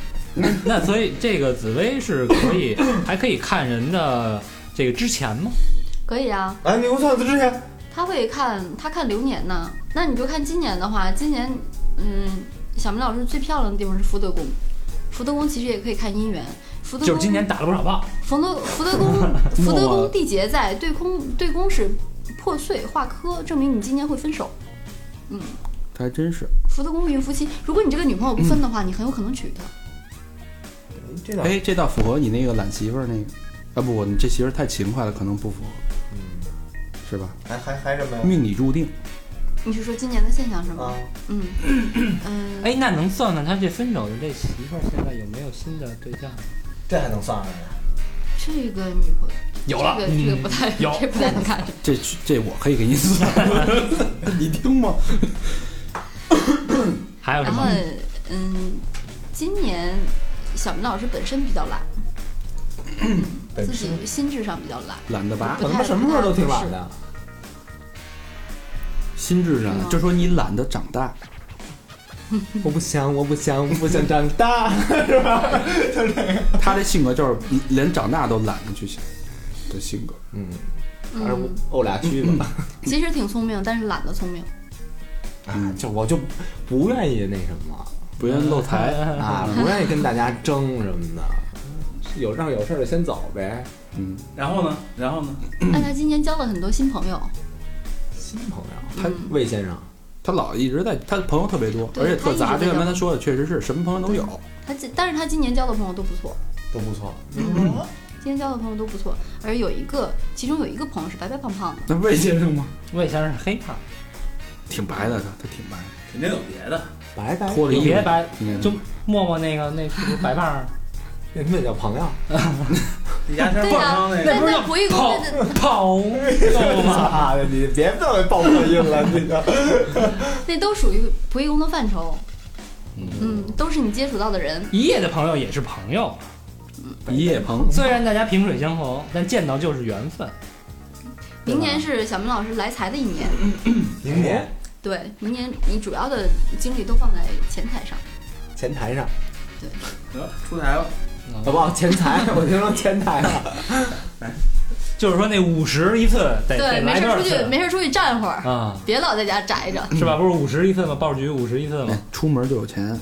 Speaker 5: 那所以这个紫薇是可以，还可以看人的这个之前吗？
Speaker 6: 可以啊，
Speaker 3: 哎，你给我算算之前，
Speaker 6: 他会看他看流年呢。那你就看今年的话，今年嗯，小明老师最漂亮的地方是福德宫，福德宫其实也可以看姻缘。福德宫
Speaker 5: 就是今年打了不少炮，
Speaker 6: 福德福德宫福德宫地劫在对空对宫是破碎化科，证明你今年会分手。
Speaker 2: 他还真是。
Speaker 6: 福德宫是孕夫妻，如果你这个女朋友不分的话，你很有可能娶她。
Speaker 3: 这倒
Speaker 2: 哎，这倒符合你那个懒媳妇儿那个，啊不，你这媳妇儿太勤快了，可能不符合，是吧？
Speaker 3: 嗯还还还什么呀？
Speaker 2: 命里注定。
Speaker 6: 你是说今年的现象是吗？
Speaker 3: 啊，
Speaker 6: 嗯 嗯，
Speaker 5: 哎，那能算算他这分手的这媳妇儿现在有没有新的对象？
Speaker 3: 这还能算上呀？
Speaker 6: 这个女朋友
Speaker 5: 有了嗯
Speaker 6: 这个这个不太、
Speaker 5: 有
Speaker 6: 这不太能看。
Speaker 2: 这这我可以给你 算，你听吗？
Speaker 5: 还有什
Speaker 6: 然后
Speaker 5: 么？
Speaker 6: 嗯，今年小明老师本身比较懒，
Speaker 3: 本
Speaker 6: 自
Speaker 3: 身
Speaker 6: 己心智上比较懒。
Speaker 2: 懒得拔，
Speaker 3: 我他妈什么时候都挺懒的，
Speaker 2: 心智上啊
Speaker 6: 嗯
Speaker 2: 就说你懒得长大，
Speaker 3: 我不想，我不想，我不想长大，是吧？
Speaker 2: 他这性格就是你连长大都懒得去想的性格。
Speaker 3: 嗯，还是
Speaker 6: 嗯，
Speaker 3: 怄俩区吧。
Speaker 6: 其实挺聪明，但是懒得聪明。
Speaker 3: 啊，就我就不愿意那什么
Speaker 2: 不愿意露财，
Speaker 3: 啊，不愿意跟大家争什么的，有让有事儿的先走呗。
Speaker 2: 嗯，
Speaker 4: 然后呢？然后呢？
Speaker 6: 但他今年交了很多新朋友，
Speaker 3: 新朋友，
Speaker 2: 他
Speaker 6: 嗯
Speaker 3: 魏先生，
Speaker 2: 他老一直在，他朋友特别多，
Speaker 6: 对
Speaker 2: 而且特
Speaker 6: 他
Speaker 2: 杂。
Speaker 6: 一直
Speaker 2: 就
Speaker 6: 在
Speaker 2: 像刚才
Speaker 6: 交
Speaker 2: 说的，确实是什么朋友都有。
Speaker 6: 他今但是他今年交的朋友都不错，
Speaker 3: 都不错。
Speaker 6: 嗯今年交的朋友都不错，而有一个，其中有一个朋友是白白胖胖的，
Speaker 2: 那魏先生吗？
Speaker 5: 魏先生是黑胖，
Speaker 2: 挺白的，他他挺白的，
Speaker 4: 肯定有别的。
Speaker 3: 拜拜，
Speaker 2: 脱了衣服
Speaker 5: 别
Speaker 6: 嗯
Speaker 5: 白，
Speaker 2: 应该
Speaker 5: 就默默那个那是不是白胖儿？
Speaker 3: 那那叫 朋友。
Speaker 4: 这牙签儿
Speaker 6: 对
Speaker 4: 爆
Speaker 6: 呀、
Speaker 4: 伤那
Speaker 6: 在
Speaker 4: 个，
Speaker 5: 不是叫
Speaker 6: 在溥仪宫
Speaker 5: 跑
Speaker 6: 那那
Speaker 5: 跑，
Speaker 3: 妈的，啊你别这么爆破音了，这个。
Speaker 6: 那都属于溥仪宫的范畴，嗯，都是你接触到的人，
Speaker 5: 一夜的朋友也是朋友，
Speaker 2: 一夜朋
Speaker 5: 虽然大家萍水相逢，但见到就是缘分。
Speaker 6: 明年是小明老师来财的一年，
Speaker 3: 明年
Speaker 6: 对，明年你主要的精力都放在钱财上。
Speaker 3: 前台上，
Speaker 4: 得出台了，
Speaker 3: 好不好？前台，我听说前台啊 了。
Speaker 5: 就是说那五十一次得
Speaker 6: 对，
Speaker 5: 得
Speaker 6: 没
Speaker 5: 哎来
Speaker 6: 事
Speaker 5: 这
Speaker 6: 儿
Speaker 5: 儿
Speaker 6: 出去，
Speaker 5: 去
Speaker 6: 没事儿出去站会儿，
Speaker 5: 啊，
Speaker 6: 别老在家宅着。
Speaker 5: 是吧？不是五十一次吗？报纸局五十一次 吗？
Speaker 2: 出门就有钱，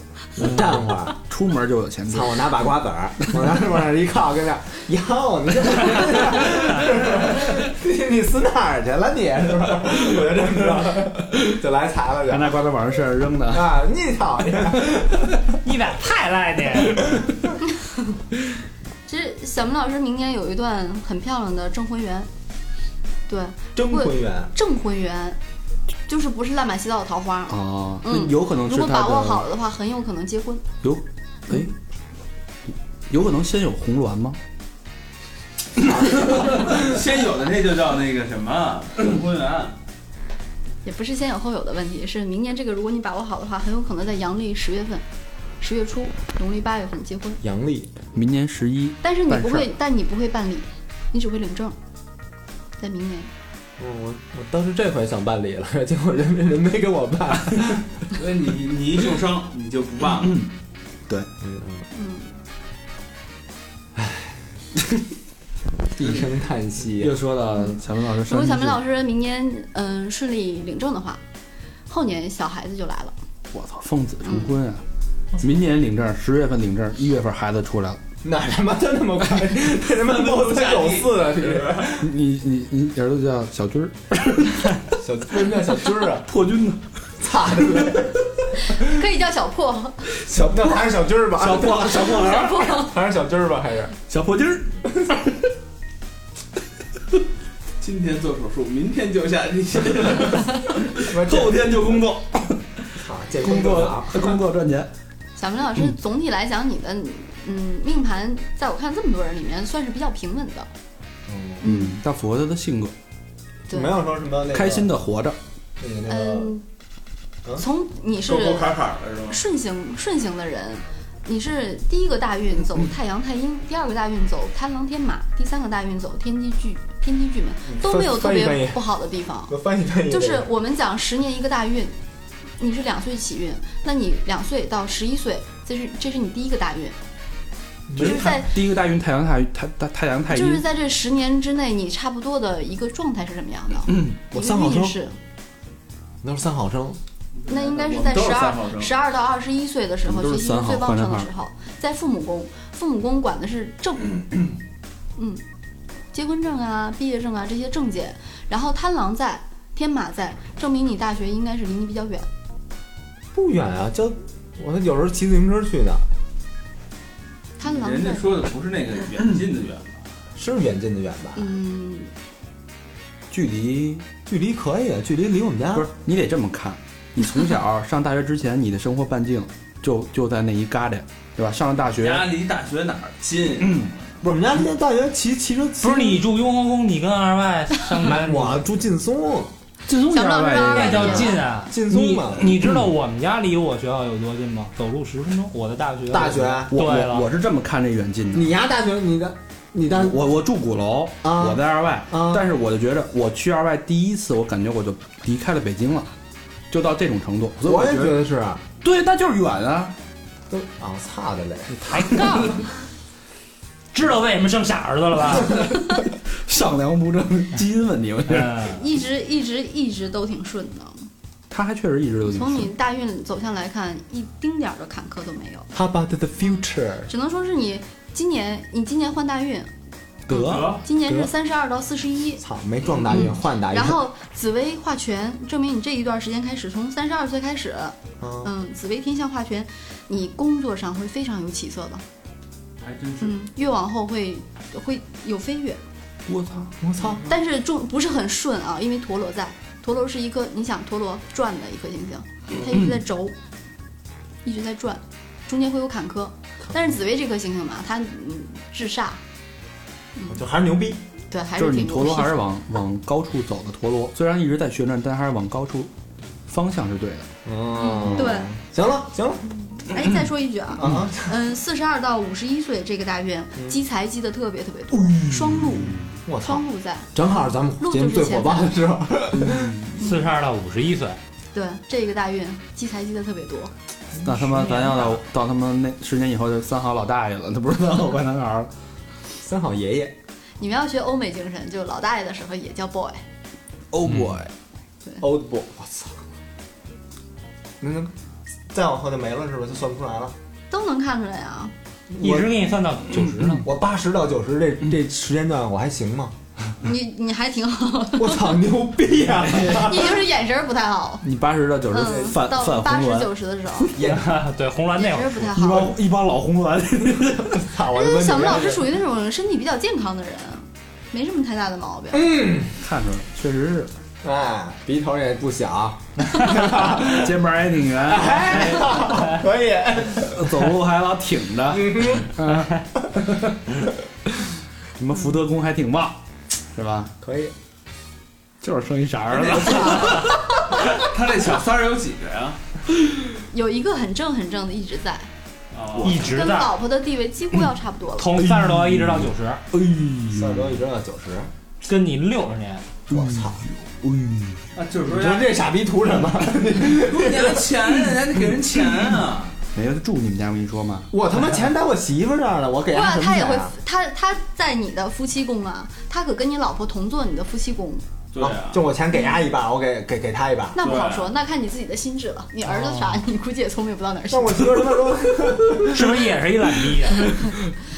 Speaker 3: 站会儿，
Speaker 2: 出门就有钱
Speaker 3: 操！我拿把瓜子儿，我拿往那儿一靠，跟那儿哟，你这 你你死哪儿去了你？ 是吧？我就这么着，就来财了
Speaker 2: 还
Speaker 3: 就。
Speaker 2: 拿瓜子往人身上扔的。
Speaker 3: 啊，你操你！
Speaker 5: 你咋太赖呢？
Speaker 6: 其实小明老师明年有一段很漂亮的证婚缘，对，
Speaker 3: 征婚缘，
Speaker 6: 证婚缘就是不是烂马稀糟的桃花，
Speaker 2: 哦，
Speaker 6: 嗯
Speaker 2: 那有可能
Speaker 6: 如
Speaker 2: 是
Speaker 6: 果
Speaker 2: 他
Speaker 6: 把
Speaker 2: 的
Speaker 6: 握好的话，很有可能结婚。
Speaker 2: 有，哎，有可能先有红鸾吗？
Speaker 4: 先有的这就叫那个什么婚缘，
Speaker 6: 也不是先有后有的问题，是明年这个如果你把握好的话，很有可能在阳历十月份，十月初，农历八月份结婚。
Speaker 3: 杨丽，
Speaker 2: 明年十一，
Speaker 6: 但是你
Speaker 2: 办
Speaker 6: 不
Speaker 2: 事儿
Speaker 6: 会，但你不会办理，你只会领证，在明年。
Speaker 3: 我嗯我我当时这回想办理了，结果人人没给我办。
Speaker 4: 所以你你一受伤你就不办了，
Speaker 3: 嗯，
Speaker 6: 嗯，
Speaker 3: 一声叹息
Speaker 2: 又。说到小明老师
Speaker 6: 如
Speaker 2: 上一
Speaker 6: 果小
Speaker 2: 次，
Speaker 6: 明老师明年嗯、顺利领证的话，后年小孩子就来了。
Speaker 2: 我操，奉子成婚啊！明年领证，十月份领证，一月份孩子出来了。
Speaker 3: 哪他妈就那么快？ 这他妈狗三狗四的，这是
Speaker 2: 你你你你儿子叫小军儿，
Speaker 3: 小为什么叫小军儿啊？
Speaker 2: 破军呢？
Speaker 3: 操！
Speaker 6: 可以叫小破，
Speaker 3: 小那还是小军儿吧，小破小破
Speaker 6: 小破，
Speaker 3: 还是小军儿吧，还是
Speaker 2: 小破军儿，
Speaker 4: 今天做手术，明天就下地，
Speaker 3: 后
Speaker 4: 后天就工作，
Speaker 3: 这
Speaker 2: 工
Speaker 3: 工
Speaker 2: 作啊
Speaker 3: 作啊
Speaker 2: 工作赚钱。
Speaker 6: 小明老师，总体来讲，你的嗯命盘，在我看这么多人里面，算是比较平稳的。
Speaker 2: 嗯，但符合他的性格，
Speaker 6: 对，
Speaker 3: 没有说什么那个
Speaker 2: 开心的活着。
Speaker 3: 那个那个
Speaker 6: 嗯
Speaker 3: 嗯，
Speaker 6: 从你是
Speaker 4: 沟沟坎坎的是吗？
Speaker 6: 顺行顺行的人，你是第一个大运走太阳太阴，第二个大运走贪狼天马，第三个大运走天机巨天机巨门，都没有特
Speaker 3: 翻嗯译翻
Speaker 6: 别
Speaker 3: 译
Speaker 6: 不好的地方。
Speaker 3: 我翻译翻译这个，
Speaker 6: 就是我们讲十年一个大运，你是两岁起运，那你两岁到十一岁，这是这是你第一个大运，就是在
Speaker 2: 第一个大运太阳太太太太阳太
Speaker 6: 就是
Speaker 2: 阴，
Speaker 6: 在这十年之内，你差不多的一个状态是什么样的？
Speaker 3: 嗯我
Speaker 6: 一
Speaker 3: 三好
Speaker 6: 个运
Speaker 3: 生
Speaker 6: 势，
Speaker 3: 那是三好生，
Speaker 6: 那应该是在
Speaker 4: 我们都
Speaker 6: 十
Speaker 4: 是三号
Speaker 6: 二
Speaker 4: 生
Speaker 6: 十二到二十一岁的时候，
Speaker 2: 我们都
Speaker 6: 学习
Speaker 2: 是三
Speaker 6: 最
Speaker 2: 好
Speaker 6: 旺
Speaker 2: 换
Speaker 6: 盛的
Speaker 2: 成
Speaker 6: 时候，在父母宫，父母宫管的是证，嗯，结婚证啊、毕业证啊这些证件，然后贪狼在，天马在，证明你大学应该是离你比较远。
Speaker 3: 不远啊，就我有时候骑自行车去的，
Speaker 6: 贪狼
Speaker 4: 人
Speaker 6: 在
Speaker 4: 家，说的不是那个远近的远吧，
Speaker 3: 是远近的远吧？
Speaker 6: 嗯，
Speaker 2: 距离
Speaker 3: 距离可以，啊距离离我们家
Speaker 2: 不是你得这么看，你从 小上大学之前，你的生活半径就就在那一旮瘩，对吧？上了大学
Speaker 4: 家离大学哪儿近？
Speaker 3: 不是我们家现在大学骑骑车，骑
Speaker 5: 不是你住雍和宫，你跟二外 上班，
Speaker 3: 我住劲松，啊
Speaker 2: 这东
Speaker 6: 小老师
Speaker 5: 那
Speaker 6: 啊
Speaker 5: 叫近啊，
Speaker 3: 劲松嘛
Speaker 5: 你你知道我们家离我学校有多近吗？走路十分钟，我的大学。
Speaker 3: 大学，
Speaker 2: 我
Speaker 5: 对了
Speaker 2: 我我是这么看这远近的。
Speaker 3: 你家大学你的你大
Speaker 2: 我我住鼓楼，
Speaker 3: 啊
Speaker 2: 我在二外，
Speaker 3: 啊
Speaker 2: 但是我就觉着我去二外第一次，我感觉我就离开了北京了，就到这种程度。所以
Speaker 3: 我也
Speaker 2: 觉
Speaker 3: 觉得是，
Speaker 2: 对，那就是远啊。
Speaker 3: 都啊操的嘞，
Speaker 5: 抬杠。 知道为什么生傻儿子了吧？
Speaker 2: 上梁不正基因问题，我觉 得
Speaker 5: 嗯
Speaker 6: 一直一直一直都挺顺的，
Speaker 2: 他还确实一直都挺
Speaker 6: 从
Speaker 2: 顺
Speaker 6: 你大运走向来看，一丁点儿的坎坷都没有，
Speaker 3: How about the future？
Speaker 6: 只能说是你今年你今年换大运，
Speaker 3: 得，
Speaker 6: 今年是
Speaker 3: 得
Speaker 6: 三十二到四十一。
Speaker 3: 操，没撞大运换大运。
Speaker 6: 然后紫薇化权，证明你这一段时间开始，从三十二岁开始，
Speaker 2: 哦
Speaker 3: 啊，
Speaker 6: 嗯，紫薇天象化权，你工作上会非常有起色的，
Speaker 4: 还真是。
Speaker 6: 嗯，越往后会会有飞跃，嗯
Speaker 2: 我操，
Speaker 3: 我操，
Speaker 6: 但是重不是很顺啊，因为陀螺在，陀螺是一颗，你想陀螺转的一颗行星，它一直在轴，一直在转，中间会有坎坷，但是紫薇这颗行星嘛，它嗯制煞，
Speaker 3: 就还是牛逼。
Speaker 6: 对，还
Speaker 2: 就是是你
Speaker 6: 挺
Speaker 2: 陀
Speaker 6: 牛
Speaker 2: 螺
Speaker 6: 逼
Speaker 2: 还是
Speaker 6: 的。
Speaker 2: 往往高处走的陀螺，虽然一直在旋转，但还是往高处，方向是对的。
Speaker 3: 嗯
Speaker 6: 对，
Speaker 3: 行了行了
Speaker 6: 哎，再说一句啊，
Speaker 3: 啊，
Speaker 6: 嗯，四十二到五十一岁这个大运，积财积的特别特别多，双路，
Speaker 3: 我操
Speaker 6: 双，路在，
Speaker 3: 正好咱们
Speaker 6: 录
Speaker 3: 节目
Speaker 6: 就是
Speaker 3: 最
Speaker 6: 现
Speaker 3: 火爆的时候，
Speaker 5: 四十二到五十一岁，
Speaker 6: 对这个大运积财积的特别多。嗯
Speaker 2: 那他妈咱要到到他妈那十年以后就三好老大爷了，他不是三好坏男孩儿了。
Speaker 3: 三好爷爷
Speaker 6: 你们要学欧美精神，就老大爷的时候也叫 boy，
Speaker 3: ，old
Speaker 2: 嗯
Speaker 3: boy，old boy，我操！那那再往后就没了是吧？就算不出来了。
Speaker 6: 都能看出来啊。
Speaker 5: 一直给你算到九十呢。
Speaker 3: 我八十到九十这这时间段我还行吗？
Speaker 6: 你你还挺好，
Speaker 3: 我操，牛逼啊！
Speaker 6: 你就是眼神儿不太好。
Speaker 2: 你八十到九十
Speaker 6: 嗯，
Speaker 2: 犯
Speaker 6: 到
Speaker 2: 犯
Speaker 6: 八
Speaker 2: 红
Speaker 6: 十
Speaker 2: 鸾，
Speaker 6: 九十的时候，
Speaker 5: 对，红蓝啊那
Speaker 6: 眼
Speaker 5: 会儿
Speaker 6: 神儿不太
Speaker 2: 一
Speaker 6: 好。
Speaker 2: 帮一帮老红鸾。
Speaker 3: 操，我他妈
Speaker 6: 嗯，小明老师
Speaker 3: 牛
Speaker 6: 属于那种身体比较健康的人，没什么太大的毛病。
Speaker 2: 看出来，确实是，
Speaker 3: 逼哎，鼻头也不小，
Speaker 2: 肩膀也挺圆，
Speaker 3: 可以。
Speaker 2: 走路还老挺着，你们福德宫还挺旺，是吧？
Speaker 3: 可以，
Speaker 2: 就是生一傻儿子，
Speaker 4: 他这小三儿有几个呀？
Speaker 6: 有一个很正很正的一直在，
Speaker 5: 一直
Speaker 6: 跟
Speaker 5: 在嗯
Speaker 6: 老婆的地位几乎要差不多了。
Speaker 5: 从三十多一直到九十，
Speaker 2: 哎嗯
Speaker 3: 三十多一直到九十。
Speaker 5: 跟你六十年，
Speaker 3: 我操！
Speaker 2: 哎
Speaker 4: 啊，就是
Speaker 3: 你
Speaker 4: 说
Speaker 3: 说
Speaker 4: 呀，
Speaker 3: 这傻逼图什么？
Speaker 4: 给人钱，人家得给人钱啊！
Speaker 2: 没有住你们家，我跟你说嘛，
Speaker 3: 我他妈钱在我媳妇儿这儿呢，我给
Speaker 6: 不
Speaker 3: 她
Speaker 6: 然
Speaker 3: 什么
Speaker 6: 他也
Speaker 3: 钱
Speaker 6: 会
Speaker 3: 啊？，
Speaker 6: 他他在你的夫妻宫啊，他可跟你老婆同做你的夫妻宫，
Speaker 4: 对
Speaker 3: 啊
Speaker 4: 啊，
Speaker 3: 就我钱给丫一半，我给给给她一半。
Speaker 6: 那不好
Speaker 4: 对
Speaker 6: 说，那看你自己的心智了。你儿子傻，你估计也聪明不到哪儿去
Speaker 3: 那。我媳妇儿他妈说，
Speaker 5: 是不是也是一懒逼呀？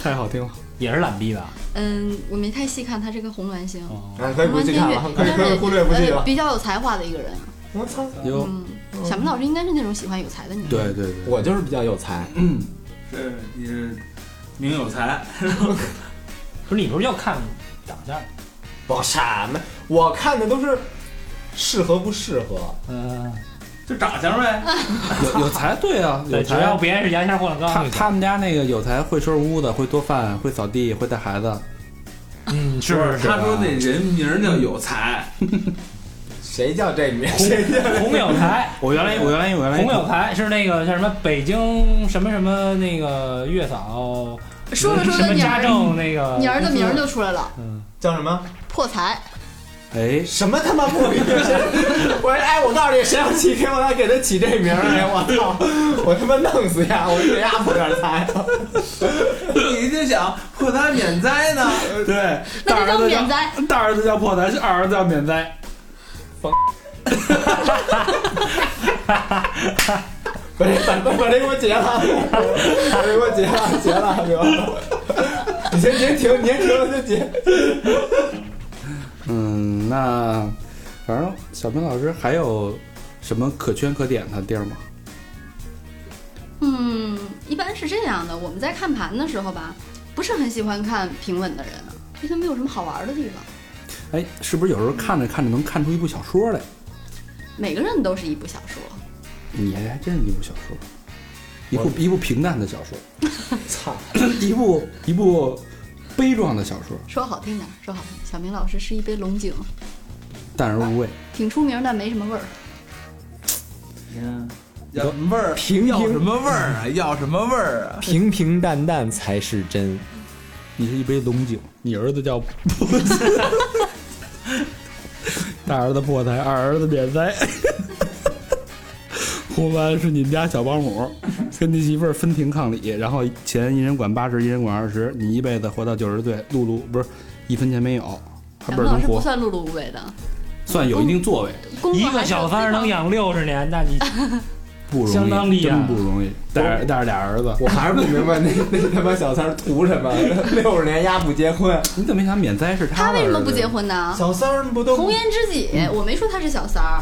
Speaker 2: 太好听了。
Speaker 5: 也是懒逼吧？
Speaker 6: 嗯，我没太细看他这个红鸾星，
Speaker 3: 哎，可以
Speaker 6: 红
Speaker 3: 不
Speaker 6: 鸾
Speaker 3: 去
Speaker 6: 星
Speaker 3: 看了，可以可以忽略不计
Speaker 6: 呃
Speaker 3: 了。
Speaker 6: 比较有才华的一个人。
Speaker 3: 我操！
Speaker 2: 哟，
Speaker 6: 嗯，小明老师应该是那种喜欢有才的女人。
Speaker 2: 对对对，
Speaker 3: 我就是比较有才，
Speaker 4: 是你是名有才，
Speaker 5: 不是你不是要看长相？
Speaker 3: 我什么？我看的都是适合不适合。
Speaker 5: 嗯，
Speaker 4: 就长相呗。
Speaker 2: 有有才，对 啊，有
Speaker 5: 对，只
Speaker 2: 才
Speaker 5: 要。别人是牙签换了
Speaker 2: 他
Speaker 5: 钢，
Speaker 2: 他们家那个有才，会收拾屋子，会做饭，会扫地，会带孩子。
Speaker 5: 嗯
Speaker 4: 是
Speaker 5: 是
Speaker 4: 他说那人名儿叫有才，
Speaker 3: 谁叫这 名？谁叫
Speaker 5: 红有才，
Speaker 2: 我原来我原来我原来
Speaker 5: 红有才是那个叫什么北京什么什么那个月嫂，
Speaker 6: 说着说
Speaker 5: 什
Speaker 6: 着，
Speaker 5: 么
Speaker 6: 你
Speaker 5: 家
Speaker 6: 儿
Speaker 5: 政那个
Speaker 6: 你儿子名儿就出来了，
Speaker 3: 叫什么？
Speaker 6: 破财。
Speaker 2: 哎，
Speaker 3: 什么他妈不明？谁 我说哎，我告诉你，谁要起给我，他给他起这名儿，哎，我操！我他妈弄死呀！我给丫不点才。
Speaker 4: 你就想破他免灾呢。
Speaker 2: 对，大
Speaker 6: 那就
Speaker 2: 儿
Speaker 6: 叫
Speaker 2: 子
Speaker 6: 免
Speaker 2: 叫
Speaker 6: 灾。
Speaker 2: 大儿子叫破财，二儿子叫免灾。
Speaker 3: 把这把把这给我结了，把这给我结了，结了，给我。 你先别停，你先停了就结。
Speaker 2: 嗯，那反正小明老师还有什么可圈可点的地儿吗？
Speaker 6: 嗯，一般是这样的，我们在看盘的时候吧，不是很喜欢看平稳的人，因为他没有什么好玩的地方。
Speaker 2: 哎，是不是有时候看着看着能看出一部小说来？
Speaker 6: 每个人都是一部小说，
Speaker 2: 你还真是一部小说，一部一部平淡的小说，
Speaker 3: 操！
Speaker 2: 一部一部悲壮的小说，
Speaker 6: 说好听点儿，说好听。小明老师是一杯龙井，
Speaker 2: 淡而无味，
Speaker 6: 挺出名，但没什么味儿。
Speaker 4: 要什么味儿？
Speaker 3: 平
Speaker 4: 要什
Speaker 3: 平
Speaker 4: 么味儿啊？要什么味儿啊？
Speaker 3: 平平淡淡才是真。
Speaker 2: 你是一杯龙井，你儿子 叫大儿子破财，二儿子免灾。 红丸是你们家小保姆，跟你媳妇儿分庭抗礼，然后钱一人管八十，一人管二十，你一辈子活到九十岁，露露不是一分钱没有，还倍
Speaker 6: 小明
Speaker 2: 儿
Speaker 6: 老
Speaker 2: 能
Speaker 6: 师不
Speaker 2: 活，
Speaker 6: 算碌碌无为的，
Speaker 2: 算有一定作为，
Speaker 6: 工
Speaker 5: 一
Speaker 6: 作还
Speaker 5: 个
Speaker 6: 是
Speaker 5: 小
Speaker 6: 有
Speaker 5: 三儿
Speaker 6: 非常
Speaker 5: 能养六十年，那 你
Speaker 2: 不容易，
Speaker 5: 相当厉害
Speaker 2: 真不容易。带着带着俩儿子，
Speaker 3: 我还是不 明白那那他妈小三儿图什么？ 六十年丫不结婚，
Speaker 6: 啊
Speaker 2: 你怎么没想免灾是
Speaker 6: 他
Speaker 2: 的
Speaker 6: 为什么不
Speaker 2: 儿子啊
Speaker 6: 结？婚呢？
Speaker 3: 小三儿不都
Speaker 6: 红颜知己，我没说他是小三儿。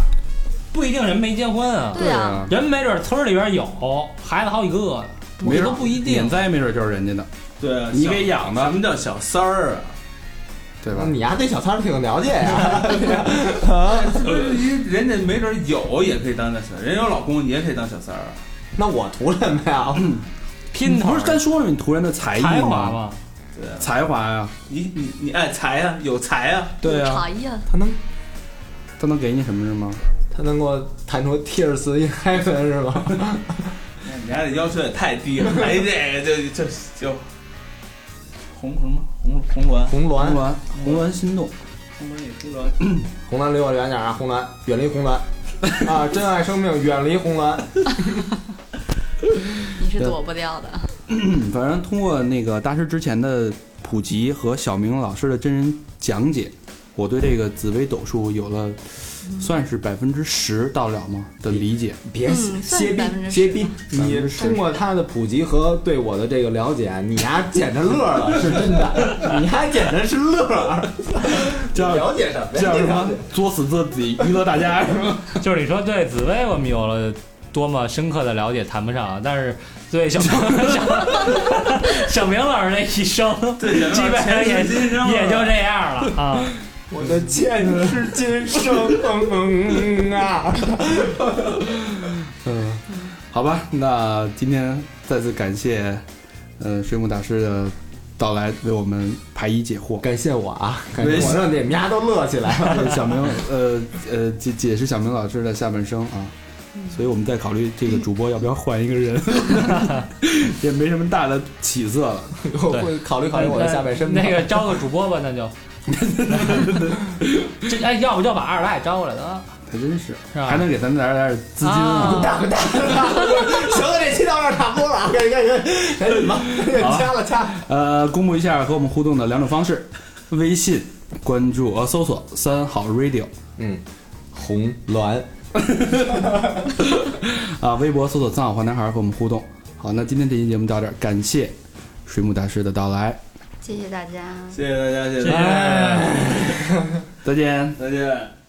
Speaker 5: 不一定人没结婚啊，
Speaker 6: 对啊，
Speaker 2: 啊，
Speaker 5: 人没准村里边有孩子好几个，
Speaker 2: 没
Speaker 5: 这
Speaker 2: 准嗯
Speaker 5: 都不一
Speaker 2: 免
Speaker 5: 定。
Speaker 2: 灾没准就是人家的，
Speaker 4: 对啊，
Speaker 2: 你
Speaker 4: 小
Speaker 2: 给养的
Speaker 4: 什么叫小三儿啊？
Speaker 2: 对吧？
Speaker 3: 你丫对小三儿挺了解 呀？
Speaker 4: 人人家没准有也可以当小三儿，人有老公你也可以当小三儿啊。
Speaker 3: 那我图什么呀？
Speaker 6: 嗯
Speaker 5: 拼
Speaker 2: 你
Speaker 5: 头
Speaker 2: 不
Speaker 5: 儿
Speaker 2: 是刚说了你图人的才艺
Speaker 5: 才华
Speaker 2: 吗？
Speaker 5: 嘛，
Speaker 4: 对啊，
Speaker 2: 才华呀，
Speaker 4: 你你你爱财啊，有才啊，
Speaker 2: 对呀，
Speaker 6: 哎呀，
Speaker 3: 他能
Speaker 2: 他能给你什么是吗？
Speaker 3: 他能给我弹出 Tears in Heaven 是 吗？
Speaker 4: 你还得要求也太低了。哎，这这这就红什么红红
Speaker 6: 啊
Speaker 4: 鸾，
Speaker 3: 红
Speaker 2: 红
Speaker 3: 鸾，
Speaker 2: 鸾，红鸾心动，
Speaker 4: 红鸾也出鸾。
Speaker 3: 红鸾离我远点儿啊！红鸾，远离红鸾。啊，珍爱生命，远离红蓝。
Speaker 6: 你是躲不掉的。
Speaker 2: 嗯反正通过那个大师之前的普及和小明老师的真人讲解，我对这个紫微斗数有了算是百分之十到了吗的理解。
Speaker 3: 别
Speaker 6: 嗯算
Speaker 3: 歇
Speaker 6: 是
Speaker 3: 逼
Speaker 6: 嗯百分之十
Speaker 3: 歇逼！
Speaker 2: 吧
Speaker 3: 你通过他的普及和对我的这个了解，你还捡着乐儿了，是真 的，你还捡着是乐儿。
Speaker 2: 叫
Speaker 3: 了解什么
Speaker 2: 嗯这
Speaker 3: 呀？
Speaker 2: 叫什
Speaker 3: 了
Speaker 2: 么
Speaker 3: 解？
Speaker 2: 作死自己，娱乐大家是吗？
Speaker 5: 就是你说对紫薇，我们有了多么深刻的了解谈不上啊，但是对小明小小明老师的一生，
Speaker 4: 对小明老师
Speaker 5: 基本上也
Speaker 4: 前世今生啊
Speaker 5: 也就这样了啊。
Speaker 3: 我的前世今生嗯啊！
Speaker 2: 嗯，好吧，那今天再次感谢，呃，水母大师的到来，为我们排一解惑。
Speaker 3: 感谢我啊，感谢我让你们丫都乐起来了。
Speaker 2: 对小明，呃呃，解解释小明老师的下半生啊，
Speaker 5: 嗯
Speaker 2: 所以我们在考虑这个主播要不要换一个 人，也没什么大的起色了。
Speaker 3: 我会考虑考虑我的下半身吧
Speaker 5: 那个招个主播吧，那就。这哎，要不就把二赖招过来了，
Speaker 2: 还真是，
Speaker 5: 是吧
Speaker 2: 还能给咱们来点资金
Speaker 5: 啊
Speaker 3: 大不大？行了，这期到这儿差不多了啊，赶紧赶紧赶紧吧，掐了掐。
Speaker 2: 呃，公布一下和我们互动的两种方式：微信关注呃搜索“三好 radio”，
Speaker 3: 嗯，红鸾，
Speaker 2: 啊，微博搜索“藏好坏男孩”和我们互动。好，那今天这期节目到这儿，感谢水母大师的到来，
Speaker 6: 谢谢大家。
Speaker 4: 谢谢大家，谢谢大家，
Speaker 5: 哎
Speaker 2: 再见。
Speaker 4: 再见。